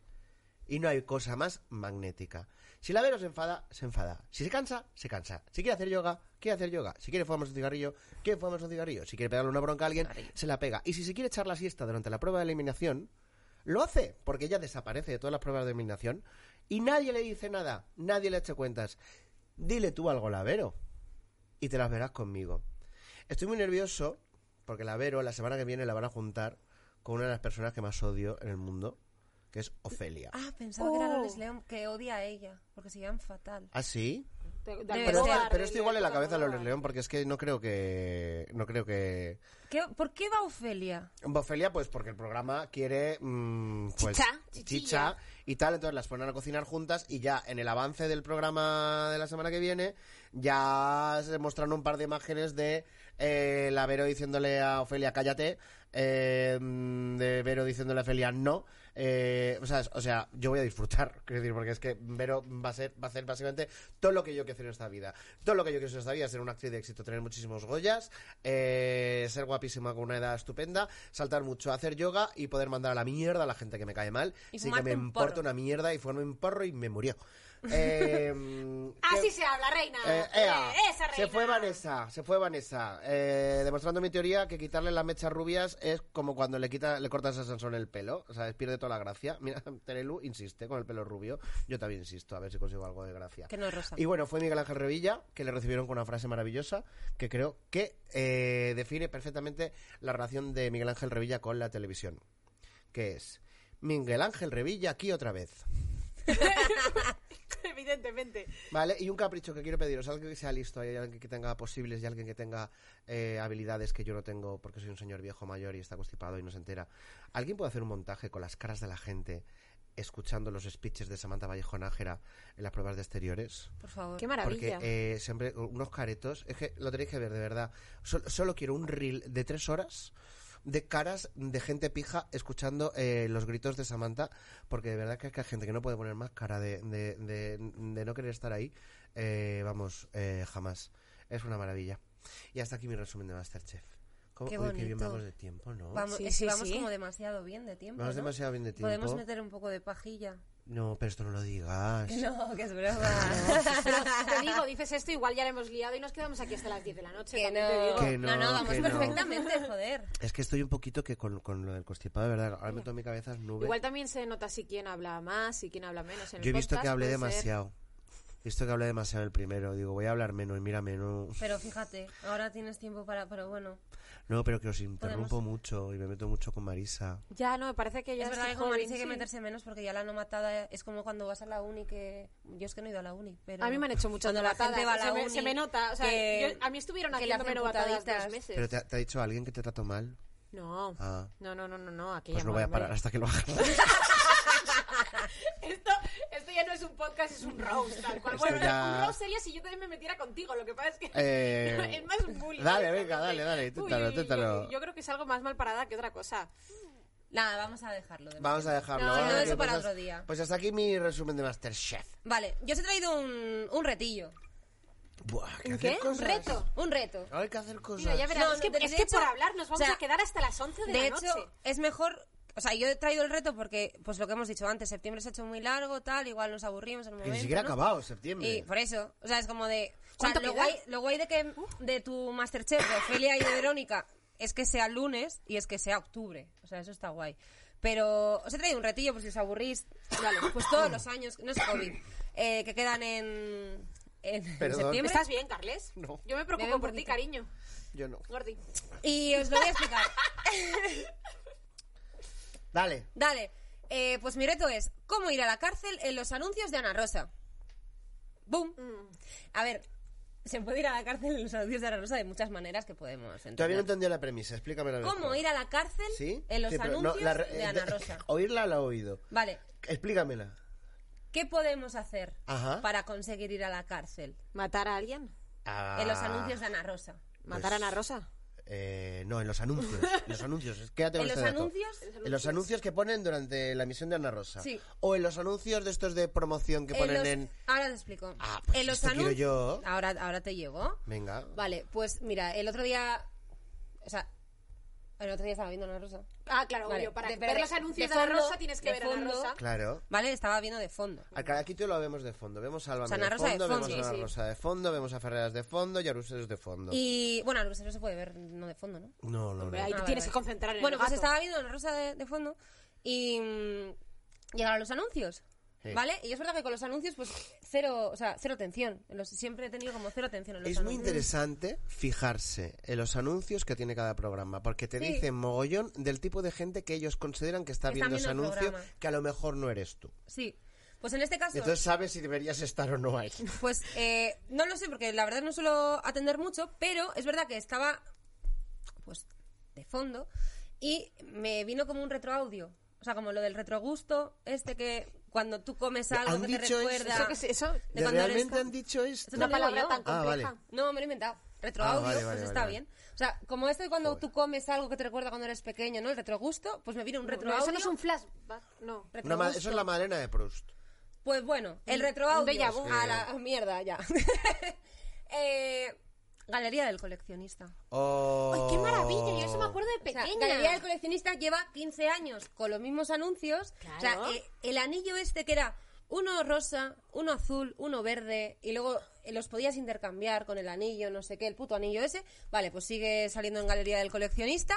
Y no hay cosa más magnética. Si la Vero se enfada, se enfada. Si se cansa, se cansa. Si quiere hacer yoga, quiere hacer yoga. Si quiere fumarse un cigarrillo, quiere fumarse un cigarrillo. Si quiere pegarle una bronca a alguien, se la pega. Y si se quiere echar la siesta durante la prueba de eliminación, lo hace, porque ella desaparece de todas las pruebas de eliminación y nadie le dice nada, nadie le eche cuentas. Dile tú algo a la Vero y te las verás conmigo. Estoy muy nervioso porque la Vero la semana que viene la van a juntar con una de las personas que más odio en el mundo, que es Ofelia. Ah, pensaba que era Oh. Loles León, que odia a ella, porque se llevan fatal. ¿Ah, sí? Pero, Pero, este, ser. pero esto igual en la cabeza de Loles León porque es que no creo que... No creo que... ¿Qué- ¿Por qué va Ofelia? Ofelia, pues porque el programa quiere mm, pues, Chicha, chicha chichilla. y tal, entonces las ponen a cocinar juntas y ya en el avance del programa de la semana que viene ya se mostraron un par de imágenes de eh, la Vero diciéndole a Ofelia cállate, eh, mm, de Vero diciéndole a Ofelia no, eh, o, sea, es- o sea, yo voy a disfrutar, quiero decir, porque es que Vero va a ser va a hacer básicamente todo lo que yo quiero hacer en esta vida, todo lo que yo quiero hacer en esta vida, ser una actriz de éxito, tener muchísimos goyas, eh, ser guapísima con una edad estupenda, saltar mucho, hacer yoga y poder mandar a la mierda a la gente que me cae mal, Y sí que fumarte me un importa porro. una mierda y fumarme un porro y me murió. Eh, Así que- se habla, reina. eh, ea, Ah, Eh, esa reina. se fue Vanessa, se fue Vanessa, eh, demostrando mi teoría que quitarle las mechas rubias es como cuando le quita, le cortas a Sansón el pelo, o sea, pierde toda la gracia. Mira, Terelu insiste con el pelo rubio, yo también insisto, a ver si consigo algo de gracia. Que no es rosa. Y bueno, fue Miguel Ángel Revilla, que le recibieron con una frase maravillosa, que creo que eh, define perfectamente la relación de Miguel Ángel Revilla con la televisión, que es Miguel Ángel Revilla aquí otra vez. Evidentemente. Vale, y un capricho que quiero pediros, alguien que sea listo, hay alguien que tenga posibles y alguien que tenga eh, habilidades que yo no tengo porque soy un señor viejo mayor y está constipado y no se entera. ¿Alguien puede hacer un montaje con las caras de la gente escuchando los speeches de Samantha Vallejo Nájera en las pruebas de exteriores? Por favor. Qué maravilla. Porque eh, siempre unos caretos, es que lo tenéis que ver de verdad. Sol- solo quiero un reel de tres horas de caras de gente pija escuchando eh, los gritos de Samantha, porque de verdad que es que hay gente que no puede poner más cara de, de- de- de no querer estar ahí, eh, vamos, eh, jamás. Es una maravilla. Y hasta aquí mi resumen de Masterchef. ¿Cómo? Qué Oye, bien bonito. vamos de tiempo, ¿no? Vamos, Sí, es que sí, vamos sí. como demasiado bien de tiempo. Vamos ¿no? demasiado bien de tiempo. Podemos meter un poco de pajilla. No, pero esto no lo digas. No, que es broma. Te digo, dices esto, igual ya le hemos liado y nos quedamos aquí hasta las 10 de la noche. que también te digo. no. Que no, no, vamos que no. perfectamente, joder. Es que estoy un poquito que con, con lo del constipado, de verdad. Ahora me tomo mi cabeza es nube. Igual también se nota si quién habla más y quién habla menos. En eh. el Yo he visto podcast, que hablé puede ser. demasiado. He visto que hablé demasiado el primero. Digo, voy a hablar menos y mira menos. Pero fíjate, ahora tienes tiempo para... Pero bueno, No, pero que os interrumpo mucho y me meto mucho con Marisa. Ya, no, me parece que ya es verdad estoy que con joven, Marisa hay que sí. meterse menos porque ya la no matada es como cuando vas a la uni que... Yo es que no he ido a la uni, pero... A mí me han hecho muchas Cuando la novatadas, gente va a la se, me, uni, se me nota. O sea, que- yo- a mí estuvieron que le haciéndome hacen novatadas putaditas. dos meses. Pero te, te ha dicho alguien que te trató mal. No. Ah. no, no, no, no, no, aquella Pues no voy a no, hombre. parar hasta que lo hagas. Esto, esto ya no es un podcast, es un roast, tal cual. Esto Bueno, ya- un roast sería si yo también me metiera contigo, lo que pasa es que Eh, es más un bullying. dale, venga, dale, directamente. dale, Uy, inténtalo, uy, uy, inténtalo. Yo, yo creo que es algo más mal parada que otra cosa. Nada, vamos a dejarlo. de- Vamos a dejarlo. No, vamos a no, ver eso qué para cosas. otro día. Pues hasta aquí mi resumen de Masterchef. Vale, yo os he traído un, un retillo. Buah, que ¿Un hacer qué? ¿Un cosas. reto? Un reto. Ahora Hay que hacer cosas. Mira, ya verás, No, es no, que, de- es de que hecho- por hablar nos vamos o sea, a quedar hasta las 11 de, De la hecho, noche. es mejor. O sea, yo he traído el reto porque, pues lo que hemos dicho antes, septiembre se ha hecho muy largo, tal, igual nos aburrimos en un Que momento. ni siquiera ha ¿no? acabado septiembre. Y por eso, o sea, es como de. O sea, ¿Cuánto lo queda? guay, lo guay de que de tu Masterchef, de Ofelia y de Verónica, es que sea lunes y es que sea octubre. O sea, eso está guay. Pero os he traído un retillo por si os aburrís. Vale, pues todos los años, no es COVID, eh, que quedan en, en Perdón. septiembre. ¿Estás bien, Carles? No. Yo me Bebe preocupo un por ti, poquito. cariño. Yo no. Gordi. Y os lo voy a explicar. Dale. Dale, eh, pues mi reto es cómo ir a la cárcel en los anuncios de Ana Rosa. ¡Bum! A ver, se puede ir a la cárcel en los anuncios de Ana Rosa de muchas maneras que podemos Todavía no entender. entendí la premisa. Explícamela. mejor. ¿Cómo ir a la cárcel ¿Sí? en los Sí, pero no, anuncios la re- de Ana Rosa? Oírla la he oído. Vale, Explícamela. ¿qué podemos hacer Ajá. para conseguir ir a la cárcel ¿Matar a alguien? Ah. en Ah. los anuncios de Ana Rosa? ¿Matar a Pues- Ana Rosa? Eh, no, en los anuncios. en los anuncios. es- Quédate con ¿En este los dato. anuncios? En los anuncios que ponen durante la emisión de Ana Rosa. Sí. O en los anuncios de estos de promoción que En ponen los- en. Ahora te explico. Ah, pues en los esto quiero anun- yo. Ahora, ahora te llego. Venga. Vale, pues mira, el otro día. O sea, El otro día estaba viendo Ana Rosa. Ah, claro, Vale, obvio. Para de- ver de- los anuncios de de, la fondo, Rosa tienes que de ver a Ana fondo. Rosa. Claro. ¿Vale? Estaba viendo de fondo. Al Caraquito lo vemos de fondo. Vemos a Alba Sana de Pues Rosa de fondo, fondo. vemos a Ana Sí, sí. Rosa de fondo, vemos a Ferreras de fondo y a Aruseros de fondo. Y bueno, Ana Rosa no se puede ver, no de fondo, ¿no? No, no, Hombre, no. ahí Ah, te vale, tienes vale. que concentrar en Bueno, el pues gato. estaba viendo Ana Rosa de, de fondo y mm, llegaron los anuncios. Sí. ¿Vale? Y es verdad que con los anuncios, pues cero, o sea, cero atención. Los- siempre he tenido como cero atención en los Es muy anuncios. interesante fijarse en los anuncios que tiene cada programa, porque te Sí. dicen mogollón del tipo de gente que ellos consideran que está Que está viendo ese viendo el anuncio, programa. que a lo mejor no eres tú. Sí. Pues en este caso, Entonces sabes si deberías estar o no ahí. pues eh, no lo sé, porque la verdad no suelo atender mucho, pero es verdad que estaba pues de fondo y me vino como un retroaudio. O sea, como lo del retrogusto, este que cuando tú comes algo ¿Han que te dicho eso? recuerda. Eso que sí, eso es de cuando eres ¿Realmente ca- han dicho esto? No una lo digo palabra yo. tan compleja. Ah, vale. No, me lo he inventado. Ah, Retroaudio, vale, pues vale, está vale, bien. O sea, como esto de cuando Joder. tú comes algo que te recuerda cuando eres pequeño, ¿no? El retrogusto, pues me vino un No, retroaudio. eso no es un flashback, no. Una ma- retrogusto. eso es la Madalena de Proust. Pues bueno, el Un- un retroaudio. déjà vu. A la mierda, ya. Eh, Galería del coleccionista. Oh. ¡Ay, qué maravilla! Yo eso me acuerdo de O sea, pequeña. Galería del coleccionista lleva 15 años con los mismos anuncios. O sea, Claro. eh, el anillo este que era uno rosa, uno azul, uno verde, y luego eh, los podías intercambiar con el anillo, no sé qué, el puto anillo ese. Vale, pues sigue saliendo en Galería del coleccionista.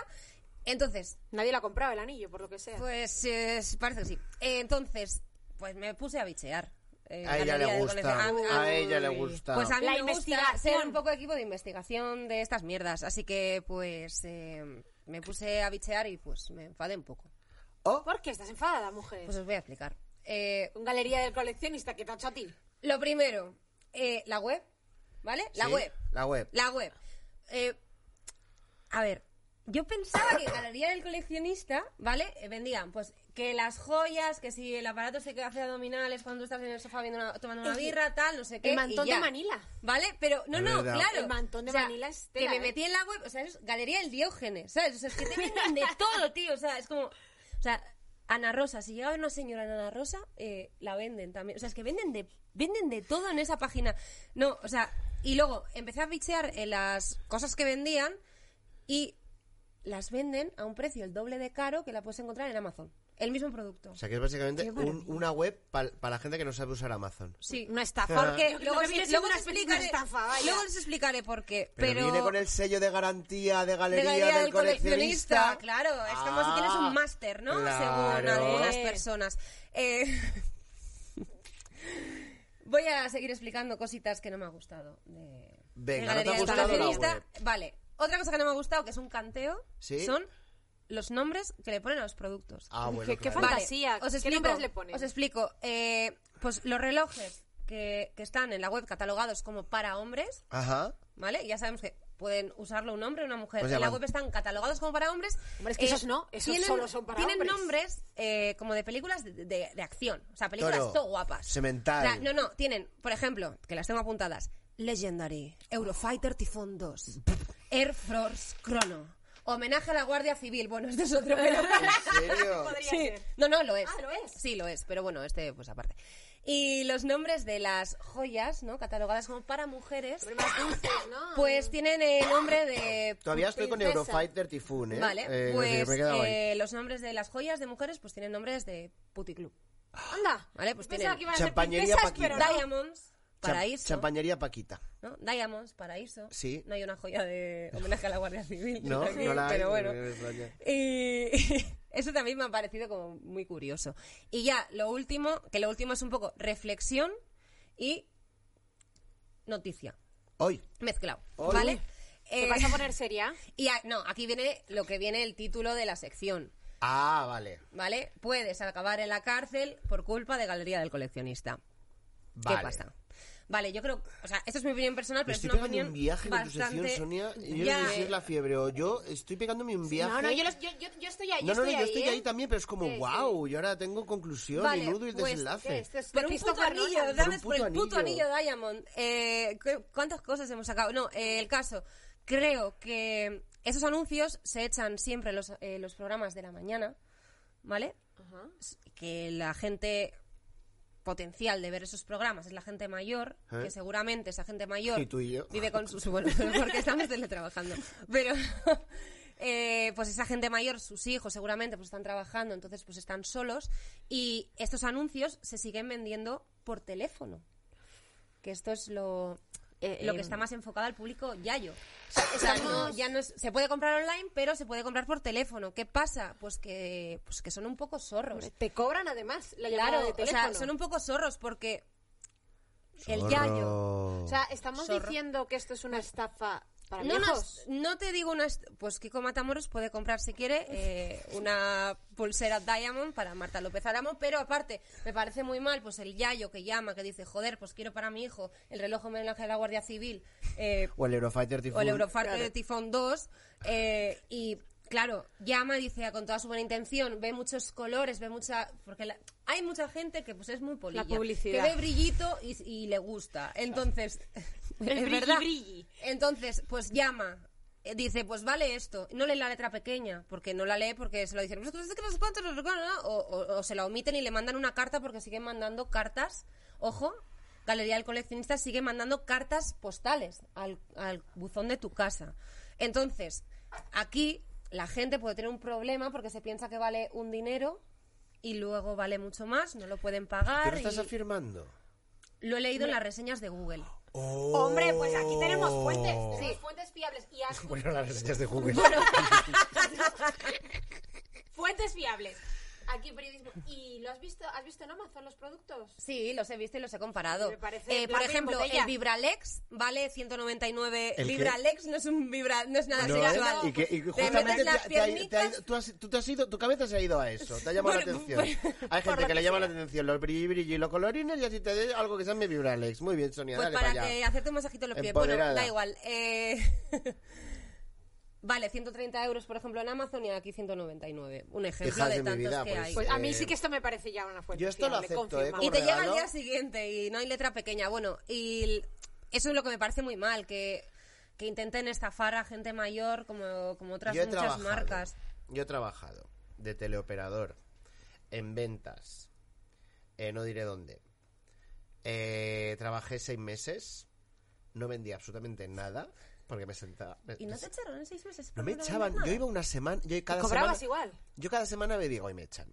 Entonces, Nadie la compraba el anillo, por lo que sea. Pues eh, parece que sí. Eh, entonces, pues me puse a bichear. eh, A galería ella le de gusta. colección. A ella le gusta. Pues a mí La me gusta investigación. ser un poco equipo de investigación de estas mierdas. Así que, pues, eh, me puse a bichear y, pues, me enfadé un poco. Oh, ¿Por qué estás enfadada, mujer? Pues os voy a explicar. Eh, Con Galería del coleccionista que te ha hecho a ti. lo primero, eh, la web, ¿vale? La sí, web. La web. La web. Eh, a ver, yo pensaba que Galería del Coleccionista, ¿vale? Eh, Vendían, pues, que las joyas, que si el aparato se hace abdominales cuando tú estás en el sofá viendo una- tomando una El- birra, tal, no sé qué. El mantón y ya. de Manila. ¿Vale? Pero, no, Es no, verdad. claro. El mantón de O sea, Manila es Que tela, me ¿eh? metí en la web, o sea, eso es Galería del Diógenes, ¿sabes? O sea, es que te venden de todo, tío. O sea, es como. O sea, Ana Rosa, si llega una señora en Ana Rosa, eh, la venden también. O sea, es que venden de, venden de todo en esa página. No, o sea, y luego empecé a bichear en las cosas que vendían y las venden a un precio el doble de caro que la puedes encontrar en Amazon. El mismo producto. O sea, que es básicamente un- una web para la gente que no sabe usar Amazon. Sí. Una estafa. Porque Lo que luego, viene sí- siendo luego una les especie de explicaré, estafa, vaya. luego les explicaré por qué. Pero, Pero, viene con el sello de garantía de Galería, Galería del, Coleccionista. Claro, es como si tienes Ah, un máster, ¿no? Según claro. Ah, algunas personas. Eh, Voy a seguir explicando cositas que no me ha gustado. De, Venga, de no te Galería ha del gustado la Coleccionista. web. Vale. Otra cosa que no me ha gustado, que es un canteo, Sí. son los nombres que le ponen a los productos. Ah, bueno, Qué- qué claro. fantasía. ¿Qué nombres le ponen? Os explico. Eh, pues los relojes que, que están en la web catalogados como para hombres, Ajá. ¿vale? Ya sabemos que pueden usarlo un hombre o una mujer. Pues en la llaman. web están catalogados como para hombres. Eh, Hombre, es que esos no, esos solo son para tienen hombres. nombres eh, como de películas de, de- de acción. O sea, películas Toro, todo guapas. Semental. O sea, no, no, tienen, por ejemplo, que las tengo apuntadas, Legendary, Eurofighter Tifón 2, Air Force Chrono, Homenaje a la Guardia Civil. Bueno, este es otro, pero... ¿En serio? Podría Sí. ser. No, no, lo es. Ah, ¿lo es? Sí, lo es, pero bueno, este, pues aparte. Y los nombres de las joyas, ¿no? Catalogadas como para mujeres, Hombre, más dulces, ¿no? pues tienen el nombre de... Todavía estoy con Princesa. Eurofighter Typhoon, ¿eh? Vale, Eh, no sé, pues me he quedado ahí. eh, los nombres de las joyas de mujeres pues tienen nombres de puticlub. Anda. Vale, pues Pensaba tienen- que iban a ser Champañería princesas, Paquita. pero no. Diamonds, Cham- paraíso. Champañería Paquita. ¿no? Diamonds, paraíso. Sí. No hay una joya de homenaje a la Guardia Civil. No, aquí, no la hay, Eh, Pero bueno. me extraña. Y eso también me ha parecido como muy curioso. Y ya, lo último, que lo último es un poco reflexión y noticia. Hoy. Mezclado. Hoy. ¿Vale? ¿Te Pues Eh, vas a poner seria? y a- no, aquí viene lo que viene el título de la sección. Ah, vale. ¿Vale? Puedes acabar en la cárcel por culpa de Galería del Coleccionista. Vale. ¿Qué pasa? Vale, yo creo, o sea, esta es mi opinión personal, Me pero es estoy una pegando opinión un viaje con tu bastante... sección, Sonia. y Yo Ya, no sé si eh, es la fiebre o yo. Estoy pegándome un viaje. No, no, yo, los- yo, yo- yo estoy ahí. No, no, no, estoy yo estoy ¿eh? ahí también, pero es como, Sí, wow, yo ahora tengo conclusión Vale, y nudo y pues, ¿qué desenlace. es? Esto es de Por un puto Christopher anillo, Nolan. ¿sabes? Por Por, un el puto puto anillo. anillo Diamond. Eh, ¿cu- ¿Cuántas cosas hemos sacado? No, eh, el caso. Creo que esos anuncios se echan siempre en los, eh, los programas de la mañana, ¿vale? Ajá. s- que la gente potencial de ver esos programas es la gente mayor, ¿Eh? que seguramente esa gente mayor Y tú y yo. vive con sus... Bueno, porque estamos teletrabajando. Pero eh, pues esa gente mayor, sus hijos seguramente pues están trabajando, entonces pues están solos y estos anuncios se siguen vendiendo por teléfono. Que esto es lo, Eh, lo eh, que está más enfocado al público yayo. O sea, no, ya no es- se puede comprar online, pero se puede comprar por teléfono. ¿Qué pasa? Pues que, pues que son un poco zorros. Te cobran además la llamada Claro, de o teléfono. sea, son un poco zorros porque el Zorro. yayo. Oh. O sea, estamos Zorro. diciendo que esto es una estafa para No, no, viejos. no te digo una... est- Pues Kiko Matamoros puede comprar, si quiere, eh, una pulsera Diamond para Marta López Aramo, pero aparte, me parece muy mal, pues el Yayo que llama, que dice, joder, pues quiero para mi hijo el reloj homenaje a la Guardia Civil, eh, O el o Eurofighter el Typhoon. Eurofighter Tifón 2, eh, y claro, llama, dice, con toda su buena intención, ve muchos colores, ve mucha... Porque la- hay mucha gente que pues es muy polilla, publicidad. que ve brillito y, y le gusta. Entonces, El es brilli, verdad. brilli. Entonces, pues llama. eh, Dice, pues vale esto. Y No lee la letra pequeña, porque no la lee porque se lo dicen, "Pues que no sé qué, no sé cuánto, no sé cuánto", ¿no? o, o- o se la omiten y le mandan una carta porque siguen mandando cartas. Ojo, Galería del Coleccionista sigue mandando cartas postales al, al buzón de tu casa. Entonces, aquí la gente puede tener un problema porque se piensa que vale un dinero y luego vale mucho más, no lo pueden pagar. Pero estás y- afirmando. Lo he leído en las reseñas de Google. Hombre, pues aquí tenemos fuentes, tenemos fuentes fiables y Ascu- Oh. Bueno, las reseñas de Google. fuentes fiables. Aquí periodismo. ¿Y lo has visto? ¿Has visto en Amazon los productos? Sí, los he visto y los he comparado. Me parece Eh, por plata en ejemplo, botella. el Vibralex vale 199. ¿El qué? Vibralex no es un vibra, no es nada No, eh, sexual. y que, y Te justamente metes te- las te ha- te ha- piernitas. tú, has, tú te has ido, tu cabeza se ha ido a eso, te ha llamado la Bueno, atención. bueno, Hay por gente lo que le que llama la sea. atención los brilli brilli y los colorines y así te de algo que se llame Vibralex. Muy bien, Sonia, Pues dale para allá. que hacerte un masajito en los pies. Bueno, Empoderada. da igual. Eh, vale, 130 euros, por ejemplo, en Amazon y aquí 199. Un ejemplo Hijas de de mi tantos vida, que pues, hay. Pues a mí Eh, sí que esto me parece ya una fuente yo esto lo fiable, acepto, ¿eh? y confirmado. te regalo. llega al día siguiente y no hay letra pequeña. Bueno, y l- eso es lo que me parece muy mal, que, que intenten estafar a gente mayor como, como otras Yo he muchas trabajado, marcas. Yo he trabajado de teleoperador en ventas. eh, no diré dónde. Eh, trabajé seis meses. No vendí absolutamente nada porque me sentaba. me- ¿Y no me- te echaron en seis meses? no por me vender echaban. nada? Yo iba una semana. Yo cada semana, Cobrabas igual. Yo cada semana me digo, hoy me echan.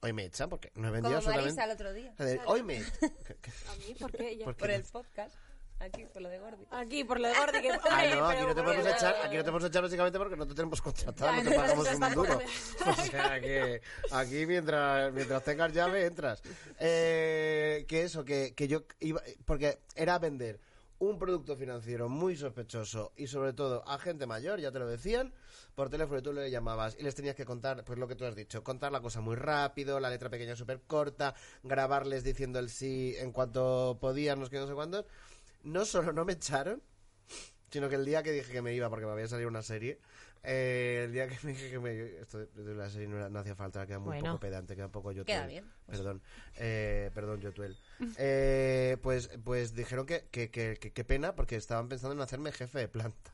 Hoy me echan porque no he vendido Como absolutamente. Marisa el otro día. A ver, hoy me. A mí, ¿por qué ella? ¿Por qué? Por el podcast. Aquí, por lo de Gordi. Aquí, por lo de Gordi. Que... Ah, Hombre, no, aquí pero no te por podemos Dios. echar, aquí no te podemos echar básicamente porque no te tenemos contratado, no te no pagamos estás un duro. pagando. O sea que aquí mientras, mientras tengas llave entras. Eh, que eso, que, que yo iba, porque era vender un producto financiero muy sospechoso y sobre todo a gente mayor, ya te lo decían, por teléfono y tú le llamabas y les tenías que contar, pues lo que tú has dicho, contar la cosa muy rápido, la letra pequeña súper corta, grabarles diciendo el sí en cuanto podían, no sé qué, no sé cuántos. No solo no me echaron, sino que el día que dije que me iba porque me había salido una serie, eh, el día que me dije que me esto de, de la serie no, era- no hacía falta, queda muy Bueno. poco pedante, queda un poco yotuel. Queda bien, pues. Perdón, eh, perdón yotuel. Eh, pues, pues dijeron que qué que, que- qué pena porque estaban pensando en hacerme jefe de planta.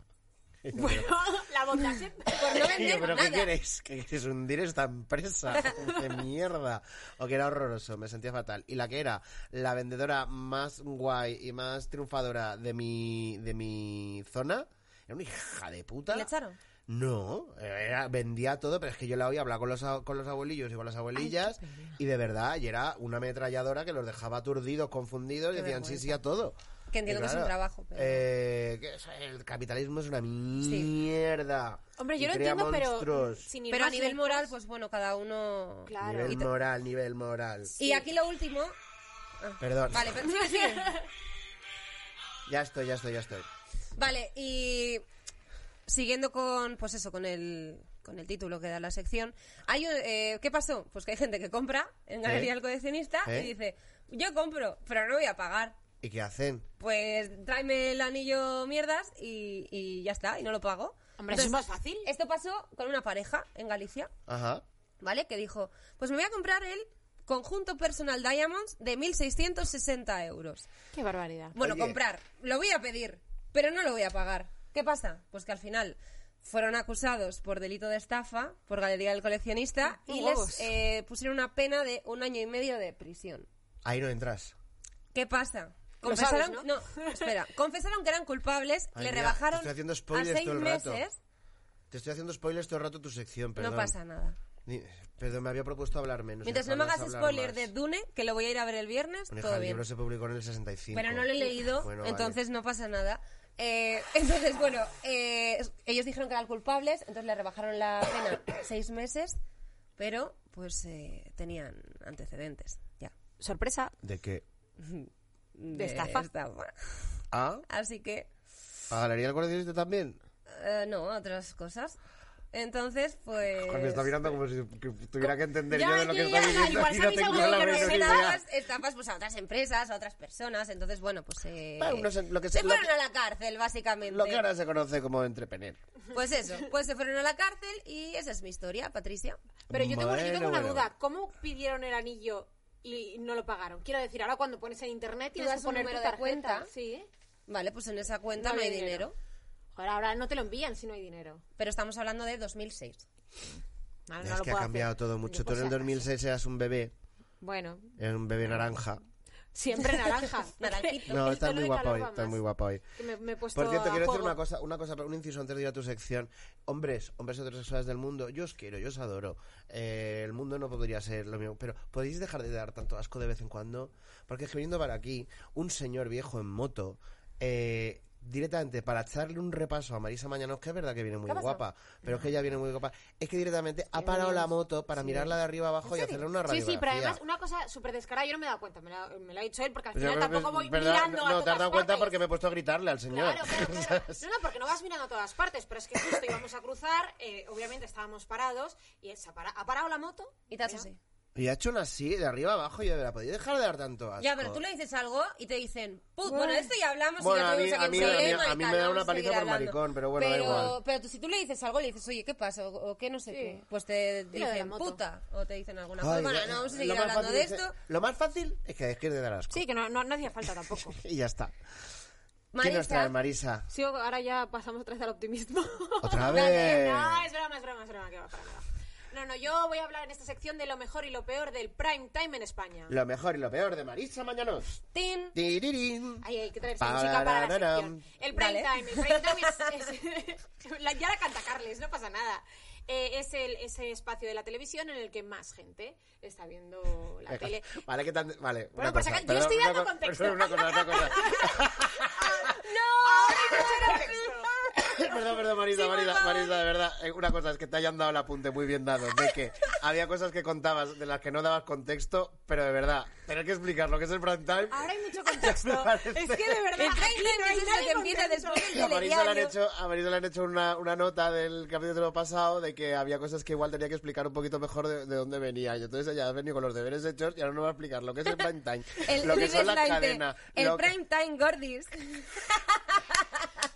Y yo, Bueno, la bondad siempre. Por no pero- y yo, vender ¿Pero qué nada. queréis? ¿Que queréis hundir esta empresa? ¡Qué mierda! O que era horroroso, me sentía fatal. Y la que era la vendedora más guay y más triunfadora de mi, de mi zona, era una hija de puta. ¿Le echaron? No, era- vendía todo, pero es que yo la oía hablar con los, a- con los abuelillos y con las abuelillas y de verdad, y era una ametralladora que los dejaba aturdidos, confundidos y Qué decían sí, vergüenza. sí a todo. Que entiendo Y que es un trabajo, pero- eh, que eso, el capitalismo es una mierda. Hombre, yo Y lo crea entiendo, pero. monstruos. sin ir Pero a más nivel lejos- moral, pues bueno, cada uno... Claro. Nivel te- moral, nivel moral. Y aquí lo último... Perdón. Vale, pero sigue, sigue. Ya estoy, ya estoy, ya estoy. Vale, y siguiendo con, pues eso, con el, con el título que da la sección, hay un- eh, ¿qué pasó? Pues que hay gente que compra en Galería ¿Eh? del Coleccionista ¿Eh? y dice, yo compro, pero no voy a pagar. ¿Y qué hacen? Pues tráeme el anillo mierdas y, y ya está, y no lo pago. Hombre, Entonces, eso es más fácil. Esto pasó con una pareja en Galicia, Ajá. ¿vale? Que dijo, pues me voy a comprar el conjunto personal Diamonds de 1.660 euros. Qué barbaridad. Bueno, Oye. comprar. Lo voy a pedir, pero no lo voy a pagar. ¿Qué pasa? Pues que al final fueron acusados por delito de estafa por Galería del Coleccionista y Huevos. les eh, pusieron una pena de un año y medio de prisión. Ahí no entras. ¿Qué pasa? Lo sabes, Confesaron, ¿no? espera, confesaron que eran culpables, Ay, le mira, rebajaron estoy haciendo a spoilers seis todo el rato. meses Te estoy haciendo spoilers todo el rato tu sección, perdón. No Pues pasa nada. Ni- Perdón, me había propuesto hablar menos. Mientras no me me acabas de hagas hablar spoiler más. de Dune, que lo voy a ir a ver el viernes, Bueno, hija, todo el bien. libro se publicó en el 65. Pero no lo he leído, Bueno, vale. entonces no pasa nada. Eh, entonces, bueno, eh, ellos dijeron que eran culpables, entonces le rebajaron la pena seis meses, pero pues eh, tenían antecedentes, ya. Sorpresa. ¿De qué? De estafa. ¿A? Así que, ¿A Galería del 47 también? eh, no, otras cosas. Entonces, pues... Joder, Me está mirando como si que tuviera que entender Ya, yo de lo yo que ya, está diciendo. igual y se no ha tengo pensado la que yo no sé menor nada. idea. Estafas, estafas pues a otras empresas, a otras personas, entonces bueno, pues eh, Bueno, no sé, lo que se Ah, se- lo fueron que- a la cárcel básicamente. Lo que ahora se conoce como entrepener. Pues eso, pues se fueron a la cárcel y esa es mi historia, Patricia. Pero yo tengo, yo Bueno, tengo una bueno. duda. ¿Cómo pidieron el anillo y no lo pagaron? Quiero decir, ahora cuando pones en internet tienes das que un poner tu número de tarjeta. cuenta. Sí. Vale, pues en esa cuenta no, hay dinero. Joder, ahora no te lo envían si no hay dinero. Pero estamos hablando de 2006. Ahora no es lo que ha puedo cambiado hacer. todo mucho. Yo, Tú en pues, el ya. 2006 eras un bebé, Bueno, eras un bebé naranja. siempre naranja. Naranjito. No, El estás muy tono de guapa calor hoy, va estás más. muy guapa hoy. Que me, me he puesto Por cierto, a quiero decir juego. una cosa, una cosa, un inciso antes de ir a tu sección. Hombres, hombres heterosexuales del mundo, yo os quiero, yo os adoro. Eh, el mundo no podría ser lo mismo, pero ¿podéis dejar de dar tanto asco de vez en cuando? Porque es que viniendo para aquí, un señor viejo en moto, eh, directamente para echarle un repaso a Marisa Mañanos, que es verdad que viene muy ¿Qué ha pasado? guapa, pero es que ella viene muy guapa, es que directamente ha parado la moto para mirarla de arriba abajo y hacerle una Sí, radiografía. sí, pero además una cosa súper descarada, yo no me he dado cuenta, me la, me la ha dicho él, porque al Pero final yo creo que tampoco es voy verdad, mirando no, a todas te has dado cuenta partes. porque me he puesto a gritarle al señor. Claro, claro, claro. ¿Sabes? No, no, porque no vas mirando a todas partes, pero es que justo íbamos a cruzar, eh, obviamente estábamos parados, y él se ha, para- ha parado la moto. Y te hace mira, así. Y ha hecho una así, de arriba abajo, y yo, ¿la podéis dejar de dar tanto asco? Ya, pero tú le dices algo y te dicen, "Put, bueno, de esto ya hablamos Bueno, y ya a tuvimos aquí mí- a un mí- a mí- problema y a mí tal, me da vamos una a paliza seguir por hablando". maricón, pero bueno, da pero, igual. Pero tú, si tú le dices algo, le dices, oye, ¿qué pasa? O, o qué no sé Sí. qué. Pues te Tira de la dicen moto. puta o te dicen alguna cosa. Ay, Bueno, lo- no vamos a lo seguir más hablando fácil de es- esto. Lo más fácil es que dejes de dar asco. Sí, que no, no, no hacía falta tampoco. Y ya está. ¿Qué nos Marisa, trae Marisa? Sí, ahora ya pasamos otra vez al optimismo. Otra No, vez. No, es broma, es broma, es broma, que va para nada. No, no, yo voy a hablar en esta sección de lo mejor y lo peor del prime time en España. Lo mejor y lo peor de Marisa Mañanos. tin. Tirirín. Ay, hay que traer esta música para la sección. El prime Vale. time. El prime time es. es- la- ya la canta Carles, no pasa nada. Eh, es el, ese espacio de la televisión en el que más gente está viendo la tele. Vale, que tan... Vale, Bueno, una pues cosa. acá- yo estoy perdón, dando una co- contexto. perdón, Una cosa, una cosa. ¡No! perdón, perdón, Marisa, Sí, por Marisa, favor. Marisa, de verdad. eh, Una cosa es que te hayan dado el apunte muy bien dado. De que había cosas que contabas de las que no dabas contexto, pero de verdad, tener que explicar lo que es el prime time. Ahora hay mucho Me contexto. parece- Es que de verdad. El prime aquí no time hay es el nada que empieza contento. después del A Marisa, le han telediario. hecho, a Marisa le han hecho una, una nota del capítulo pasado de que había cosas que igual tenía que explicar un poquito mejor de, de dónde venía. Y entonces ella ha venido con los deberes hechos y ahora no va a explicar lo que es el prime time, El, lo que River son las Plate, cadenas. el lo que- prime time gordis.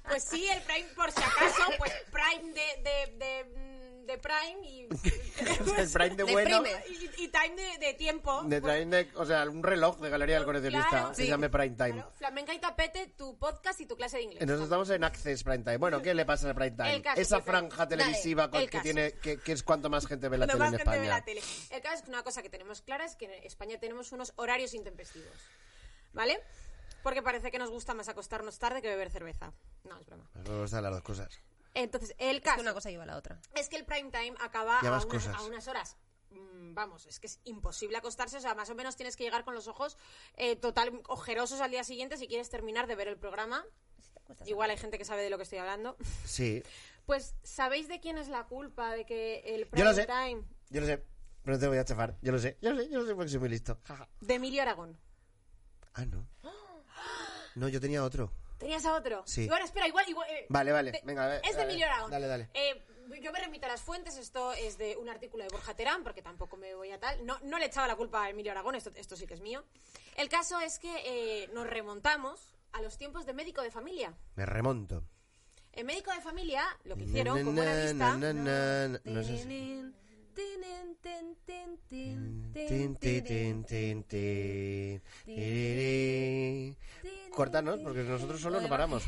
Pues sí, el prime, por si acaso, pues prime de. de, de, mm, de prime y. el prime de de bueno. primer. Y, y time de, de tiempo. De pues, prime de- o sea, un reloj de Galería del Coleccionista Claro, se sí. llama prime time. claro, Flamenca y tapete, tu podcast y tu clase de inglés. Entonces estamos en Access Prime Time. Bueno, ¿qué le pasa al Prime Time? El caso, Esa el caso. franja televisiva Dale, con- el que caso. tiene que, que es cuanto más gente ve la Lo tele más en gente ve España. la tele. El caso es que una cosa que tenemos clara es que en España tenemos unos horarios intempestivos. ¿Vale? Porque parece que nos gusta más acostarnos tarde que beber cerveza. No, es broma. Nos gustan las dos cosas. Entonces, el Es que caso una cosa lleva a la otra. es que el prime time acaba Ya a más unas, cosas. a unas horas. Mm, Vamos, es que es imposible acostarse, o sea, más o menos tienes que llegar con los ojos eh, total ojerosos al día siguiente si quieres terminar de ver el programa. Igual hay gente que sabe de lo que estoy hablando. Sí. Pues, ¿sabéis de quién es la culpa de que el Yo prime lo sé. time Yo lo sé. Pero no te voy a chafar. Yo lo sé. Yo lo sé. Yo lo sé porque soy muy listo. Ja, ja. de Emilio Aragón? Ah, no. No, yo tenía otro. ¿Tenías a otro? Sí. Y Bueno, espera, igual. igual, eh, Vale, vale, de- venga, a ver, Es de dale, Emilio Aragón. dale, dale. Eh, yo me remito a las fuentes, esto es de un artículo de Borja Terán, porque tampoco me voy a tal. No, no le echaba la culpa a Emilio Aragón, esto, esto sí que es mío. El caso es que eh, nos remontamos a los tiempos de médico de familia. Me remonto. En médico de familia, lo que hicieron con Na, buena na, vista. na, na, na, no sé si- Tinin, tinin, tin, tin, tin, tin, Mm, Tin, tin, tin, tinin, tin, tin. Tirirí. tinin, Cortanos, porque nosotros solo no paramos.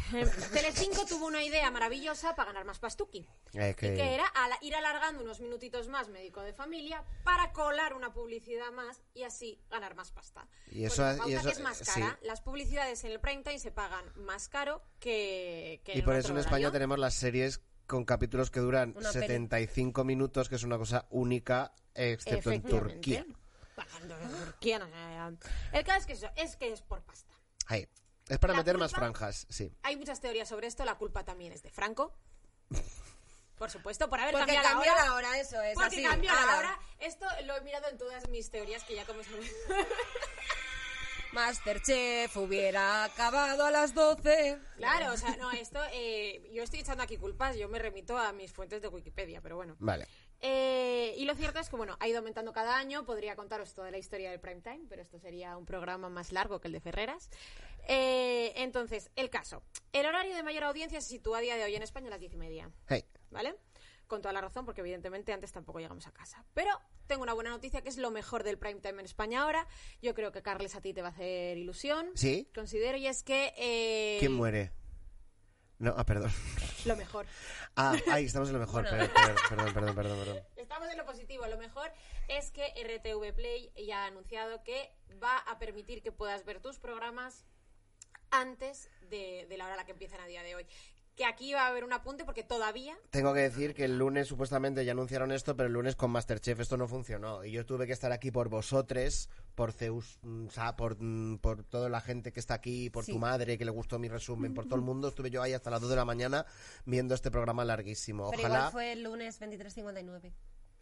Telecinco tuvo una idea maravillosa para ganar más pastuqui. Es Y que que... era ala- ir alargando unos minutitos más médico de familia para colar una publicidad más y así ganar más pasta. Y Pues eso- la y pauta eso- que es más cara, sí. las publicidades en el prime time se pagan más caro que, que Y en por otro eso en España horario. tenemos las series con capítulos que duran Una peli. 75 minutos, que es una cosa única, excepto en Efectivamente. Turquía. Bajando de Turquía, no, no, no. El caso es que eso, es que es por pasta. Ahí. Es para La meter más culpa- franjas, sí. Hay muchas teorías sobre esto, la culpa también es de Franco. Por supuesto, por haber Porque cambiado cambió la hora. la hora, eso es Porque así. Ah. cambió la ala. hora. Esto lo he mirado en todas mis teorías que ya como sabéis. Masterchef hubiera acabado a las 12. Claro, o sea, no, esto. eh, yo estoy echando aquí culpas, yo me remito a mis fuentes de Wikipedia, pero bueno. Vale. Eh, y lo cierto es que, bueno, ha ido aumentando cada año. Podría contaros toda la historia del prime time, pero esto sería un programa más largo que el de Ferreras. Eh, entonces, el caso. El horario de mayor audiencia se sitúa a día de hoy en España a las diez y media. Hey. ¿Vale? Con toda la razón, porque evidentemente antes tampoco llegamos a casa. Pero tengo una buena noticia que es lo mejor del prime time en España ahora. Yo creo que Carles a ti te va a hacer ilusión. ¿Sí? Considero y es que. eh, ¿Quién muere? No, ah, perdón. Lo mejor. Ah, ahí estamos en lo mejor. Perdón, perdón, perdón, perdón, perdón. Estamos en lo positivo. Lo mejor es que RTV Play ya ha anunciado que va a permitir que puedas ver tus programas antes de, de la hora a la que empiezan a día de hoy. Que aquí va a haber un apunte porque todavía Tengo que decir que el lunes supuestamente ya anunciaron esto, pero el lunes con Masterchef esto no funcionó. Y yo tuve que estar aquí por vosotros, por Zeus, mm, o sea, por, mm, por toda la gente que está aquí, por Sí. tu madre que le gustó mi resumen, por todo el mundo. Estuve yo ahí hasta las 2 de la mañana viendo este programa larguísimo. Pero Ojalá. igual fue el lunes 23.59.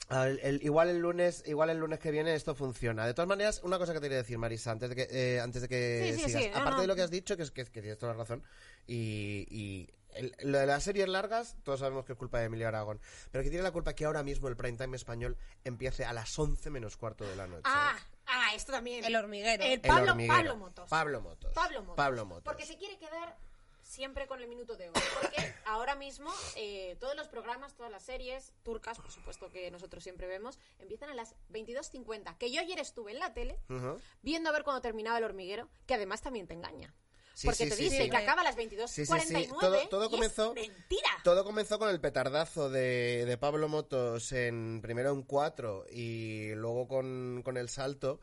Ah, el- el- igual el lunes, igual el lunes que viene esto funciona. De todas maneras, una cosa que te quería decir, Marisa, antes de que, eh, antes de que Sí, sí, sigas. sí, no, Aparte no. de lo que has dicho, que, es, que, que tienes toda la razón, y, y el- lo de las series largas, todos sabemos que es culpa de Emilio Aragón. Pero que tiene la culpa que ahora mismo el prime time español empiece a las 11 menos cuarto de la noche. Ah, ah, esto también. El hormiguero. El El Pablo, hormiguero. Pablo Motos. Pablo Motos. Pablo Motos. Pablo Motos. Porque se quiere quedar siempre con el minuto de oro. Porque ahora mismo eh, todos los programas, todas las series turcas, por supuesto que nosotros siempre vemos, empiezan a las 22.50. Que yo ayer estuve en la tele Ujú. viendo a ver cuando terminaba el hormiguero, que además también te engaña. Sí, Porque sí, te sí, dice sí. que acaba a las 22.49. Sí, sí, sí. Todo, todo y es comenzó. mentira. Todo comenzó con el petardazo de, de Pablo Motos en primero en cuatro y luego con, con el salto.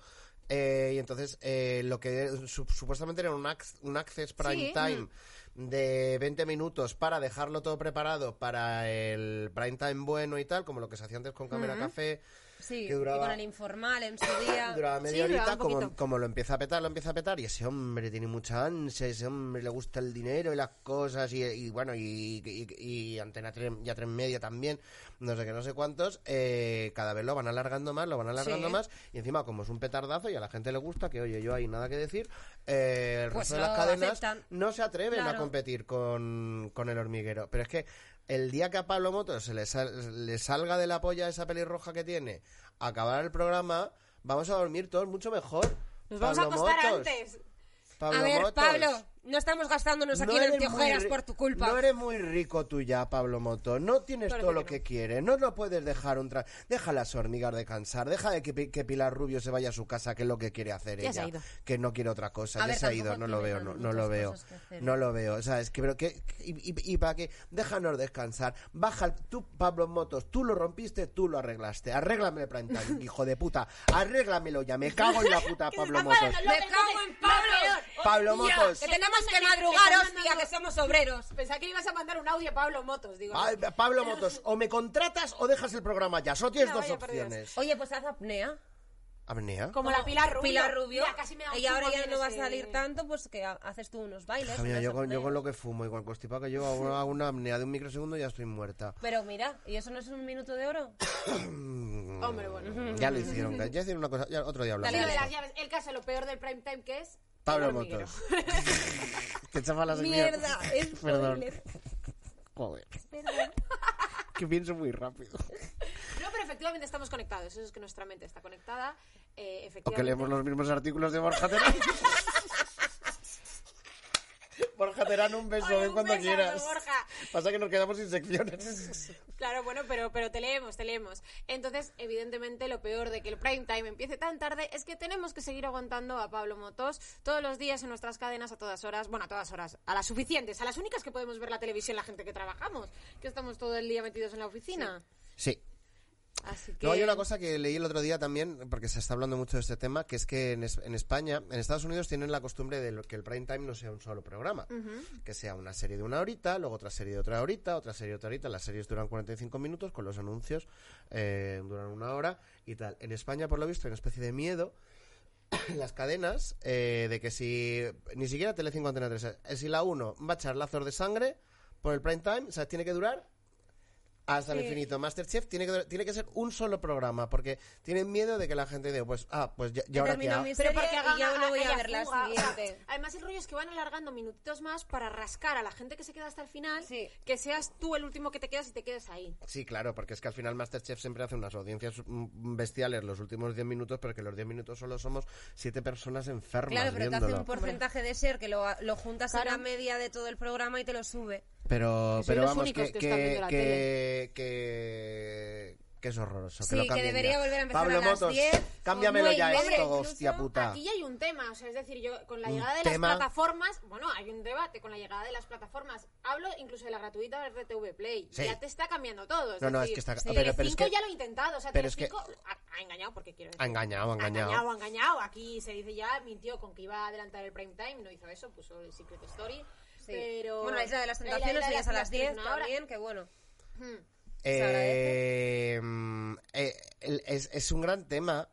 Eh, y entonces eh, lo que su- supuestamente era un, ac- un access prime Sí. time de 20 minutos para dejarlo todo preparado para el prime time bueno y tal, como lo que se hacía antes con Cámara Café, Sí, Que duraba- y con el informal en su día. duraba media Sí, horita, duraba un como, poquito. como lo empieza a petar, lo empieza a petar, y ese hombre tiene mucha ansia, ese hombre le gusta el dinero y las cosas, y, y bueno, y, y- y Antena 3, ya 3 media también, no sé qué, no sé cuántos, eh, cada vez lo van alargando más, lo van alargando Sí. más, y encima como es un petardazo y a la gente le gusta, que oye, yo ahí nada que decir, eh, el Pues resto de las lo cadenas aceptan. no se atreven a Claro. competir con, con el hormiguero, pero es que el día que a Pablo Motos se le, sal- le salga de la polla esa pelirroja que tiene, acabar el programa, vamos a dormir todos mucho mejor. Nos vamos a Pablo acostar Motos, antes. Pablo a ver, Motos, Pablo, no estamos gastándonos aquí en eres anteojeras muy ri- por tu culpa. No eres muy rico tú ya, Pablo Motos. No tienes Parece todo lo que que quieres. No lo puedes dejar un tra... Deja las hormigas descansar. Deja de que, Pi- que Pilar Rubio se vaya a su casa, que es lo que quiere hacer Ya se ella. ha ido. Que no quiere otra cosa. A ya ver, se ha tampoco ido. No lo tiene veo. No, tan no lo muchas veo. cosas que hacer. No lo veo. O sea, es que pero que y, y- y para qué déjanos descansar. Baja tú Pablo Motos. Tú lo rompiste. Tú lo arreglaste. Arréglame el prime time, hijo de puta. Arréglamelo ya. Me cago en la puta, Que se Pablo está Motos. parando, ¡Me lo- cago en Pablo! lo peor. Pablo Hostia, Motos. Que te tenemos mandan que el- madrugar, te mandan hostia, el- que somos obreros. Pensaba que le ibas a mandar un audio a Pablo Motos. Digo, Pa- Pablo Motos, o me contratas o dejas el programa ya. Solo tienes Mira, dos vaya por Dios. opciones. Oye, pues haz apnea. ¿Apnea? Como la Pilar Rubio. Pilar Rubio. Mira, casi me da un y ahora chungo ya a mí no va a ese- salir tanto, pues que ha- haces tú unos bailes. Hija mía, unas yo, con, yo apneas. con lo que fumo y con el constipado que yo hago una, hago una apnea de un microsegundo ya estoy muerta. Pero mira, ¿y eso no es un minuto de oro? Hombre, bueno. Ya lo hicieron, ya hicieron una cosa, ya otro día hablamos. Dale, Lo dale. de las llaves. El caso, lo peor del prime time que es. Pablo el hormiguero. Motos. Te chafa la señal. Mierda, es Perdón. spoiler. Joder. Que pienso muy rápido. No, pero efectivamente estamos conectados. Eso es que nuestra mente está conectada. Eh, O que leemos efectivamente. los mismos artículos de Borja Terán. Borja Terán, un beso, Oye, un ven cuando besazo, quieras. Borja. Pasa que nos quedamos sin secciones. Claro, bueno, pero, pero te leemos, te leemos. Entonces, evidentemente, lo peor de que el prime time empiece tan tarde es que tenemos que seguir aguantando a Pablo Motos todos los días en nuestras cadenas a todas horas. Bueno, a todas horas, a las suficientes, a las únicas que podemos ver la televisión la gente que trabajamos, que estamos todo el día metidos en la oficina. Sí. Así que... No, hay una cosa que leí el otro día también, porque se está hablando mucho de este tema, que es que en, es- en España, en Estados Unidos tienen la costumbre de lo- que el prime time no sea un solo programa, que sea una serie de una horita, luego otra serie de otra horita, otra serie de otra horita, las series duran 45 minutos con los anuncios, eh, duran una hora y tal. En España, por lo visto, hay una especie de miedo en las cadenas eh, de que si ni siquiera Telecinco Antena 3, eh, si la 1 va a echar lazos de sangre por el prime time, o sea, tiene que durar hasta el Sí. infinito. Masterchef tiene que, tiene que ser un solo programa porque tienen miedo de que la gente diga, pues, ah, pues ya, ya ahora que terminó ha- mi Pero serie porque haga y ya una- no voy a haya ver la fuga, o sea, siguiente. además, el rollo es que van alargando minutitos más para rascar a la gente que se queda hasta el final, Sí. que seas tú el último que te quedas y te quedes ahí. Sí, claro, porque es que al final Masterchef siempre hace unas audiencias mm, bestiales los últimos 10 minutos, pero que los 10 minutos solo somos siete personas enfermas Claro, pero te hace viéndolo. un porcentaje de ser que lo, lo juntas a la Claro. media de todo el programa y te lo sube. Pero, Que soy pero los vamos, únicos que, que están que, viendo la que, que, que es horroroso. Sí, que, lo que cambien debería ya. volver a empezar Pablo a las Motos, 10, cámbiamelo o ya nueve y esto, media hostia incluso. puta. Aquí ya hay un tema, o sea, es decir, yo con la Un llegada de tema. las plataformas, bueno, hay un debate con la llegada de las plataformas. Hablo incluso de la gratuita de RTV Play. Sí. Ya te está cambiando todo. Es No, no, es decir, que está- sí. pero- pero es Telecinco que- ya lo ha intentado, o sea, pero es que- Telecinco ha, ha engañado porque quiero decir. Ha engañado, ha engañado. Ha engañado, ha engañado. Aquí se dice ya, mintió con que iba a adelantar el prime time, no hizo eso, puso el Secret Story. Sí. Pero... Bueno, la isla de las La isla de tentaciones las hoy es a las 10 tentaciones, una hora. también, que bueno. Hmm. Se Eh, mm, eh, el- es, es un gran tema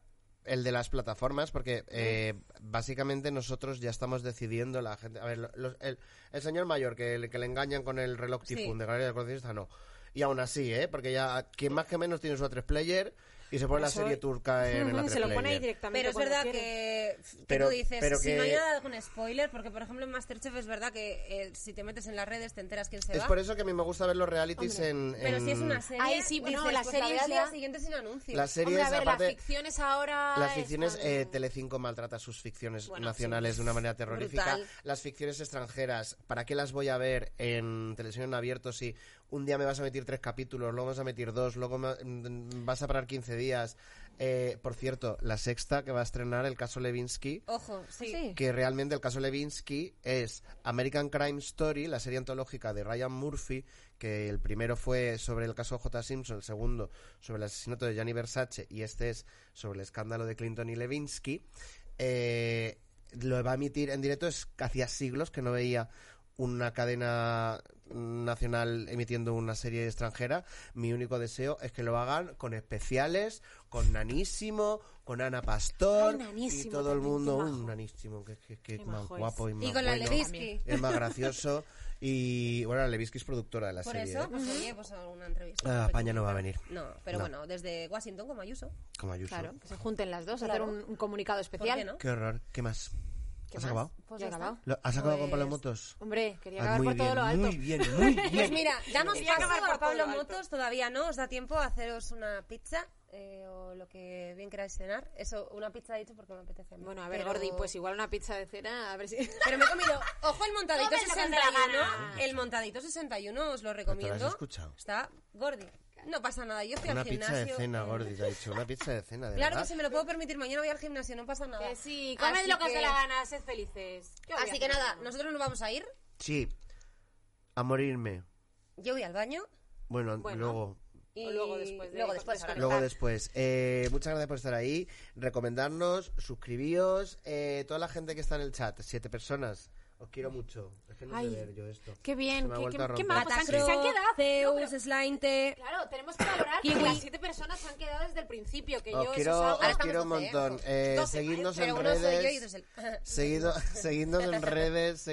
el de las plataformas porque eh, Mm. básicamente nosotros ya estamos decidiendo la gente. A ver, lo- los- el, el señor mayor que, le- que le engañan con el reloj Sí. tifún de Galería de Coleccionista, no. Y aún así, ¿eh? Porque ya quien más que menos tiene su A3 player y se pone la Eso- serie turca en el A3 Mm, Se lo pone ahí player. directamente. Pero es cuando verdad quiere. que, f- que Pero- tú dices, pero si no que- hay nada con spoiler, porque por ejemplo en Masterchef es verdad que eh, si te metes en las redes te enteras quién se Es va. por eso que a mí me gusta ver los realities en, Pero en- si es una serie, Ahí sí, bueno, dices, la pues serie veo al ya- día siguiente sin anuncios. Las series, Hombre, a ver, las aparte, ficciones ahora... Las ficciones, están- eh, Telecinco maltrata sus ficciones Bueno, nacionales de una manera terrorífica. Brutal. Las ficciones extranjeras, ¿para qué las voy a ver en televisión en abierto si un día me vas a meter tres capítulos, luego me vas a meter dos, luego me- mm, vas a parar 15 días? Eh, por cierto, la sexta que va a estrenar el caso Levinsky, Ojo, sí. sí. que realmente el caso Levinsky es American Crime Story, la serie antológica de Ryan Murphy, que el primero fue sobre el caso J. Simpson, el segundo sobre el asesinato de Gianni Versace y este es sobre el escándalo de Clinton y Levinsky. Eh, lo va a emitir en directo, es que hacía siglos que no veía una cadena nacional emitiendo una serie extranjera, mi único deseo es que lo hagan con especiales, con Nanísimo, con Ana Pastor Ay, Nanísimo, y todo el también, qué mundo, majo. un Nanísimo que, que- que Qué es más majo es. guapo y más Y con la bueno, Levinsky. es más gracioso y bueno, Levisky es productora de la Por serie, eso, ¿eh? pues oye, pues alguna entrevista. Ah, pequeñita. España no va a venir. No, pero No. bueno, desde Washington como Ayuso. como Ayuso. Claro, que se junten las dos, Claro. hacer un, un comunicado especial. qué no? Qué horror, ¿qué más? ¿Qué ¿Has más? acabado? Pues Ya ya he acabado. está. ¿Lo- ¿Has acabado Pues- con Pablo Motos? Hombre, quería Ah, acabar muy por todo bien, lo alto. Muy bien, muy bien. Pues mira, damos Quería paso acabar por a todo Pablo lo alto. Motos, todavía no, os da tiempo a haceros una pizza eh, o lo que bien queráis cenar. Eso, una pizza he dicho porque me apetece. mí, Bueno, a ver, pero- Gordi, pues igual una pizza de cena, a ver si... Pero me he comido, ojo, el montadito Come lo que te dé la 61. gana. El montadito 61, os lo has recomiendo. escuchado? Está gordi. No pasa nada, yo fui Una al pizza gimnasio. de cena, Gordy, te ha dicho. Una pizza de cena, de Claro verdad. que se me lo puedo permitir, mañana voy al gimnasio, no pasa nada. Que sí, comed Así lo que os que- dé la gana, sed felices. Yo voy a Así que hacer nada, lo mismo. nosotros nos vamos a ir. Sí, a morirme. Yo voy al baño Bueno, Bueno. luego... y O luego después de- pues, luego después, ahora. Luego después. Eh, muchas gracias por estar ahí. Recomendarnos, suscribíos. eh, toda la gente que está en el chat, siete personas. Os quiero mucho. Es que no Ay, sé leer yo esto. qué bien, Se me ha qué- vuelto qué- a qué romper. majos. Patacro, Se han quedado. Zeus, No, pero- Slainte. Claro, tenemos que valorar que Kiwi. las siete personas se han quedado desde el principio, que yo Os quiero, eso es algo... os estamos quiero un 12, ¿eh? montón. Eh, Doce, seguidnos Pero en uno soy yo y redes. otro es el. Seguido, seguidnos en redes,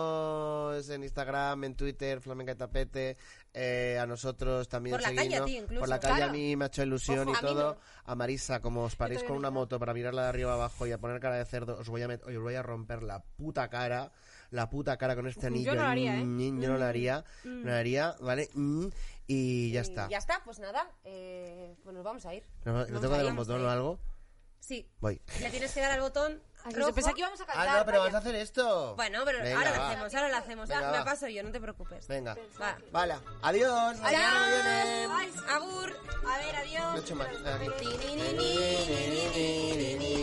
seguidnos en Instagram, en Twitter, Flamenca y Tapete, eh, a nosotros también Por la calle a seguidnos. ti incluso. Por la calle Claro. a mí me ha hecho ilusión Ojo, y a mí todo. no. A Marisa, como os paréis todavía con no una he moto para mirarla de arriba abajo y a poner cara de cerdo, os voy a, met- os voy a romper la puta cara, la puta cara con este Yo anillo. no lo haría, ¿eh? Mm, Yo no lo haría, no lo haría, ¿vale? Mm, y ya está. Y ya está, pues nada. Eh, pues nos vamos a ir. ¿No, no tengo que dar un vamos botón ahí. o algo? Sí. Voy. Le tienes que dar al botón. Así se rojo. pensaba que íbamos a cantar. Ah, no, pero vas vaya. a hacer esto. Bueno, pero Venga, ahora lo va. hacemos, ahora lo hacemos. Venga, Ah, me va. paso yo, no te preocupes. Venga. Va. Vale, adiós. Mañana Chao. viene. Agur. A ver, adiós. Lo he hecho mal. Pero- Ni, ni, ni, ni, ni, ni, ni, ni, ni.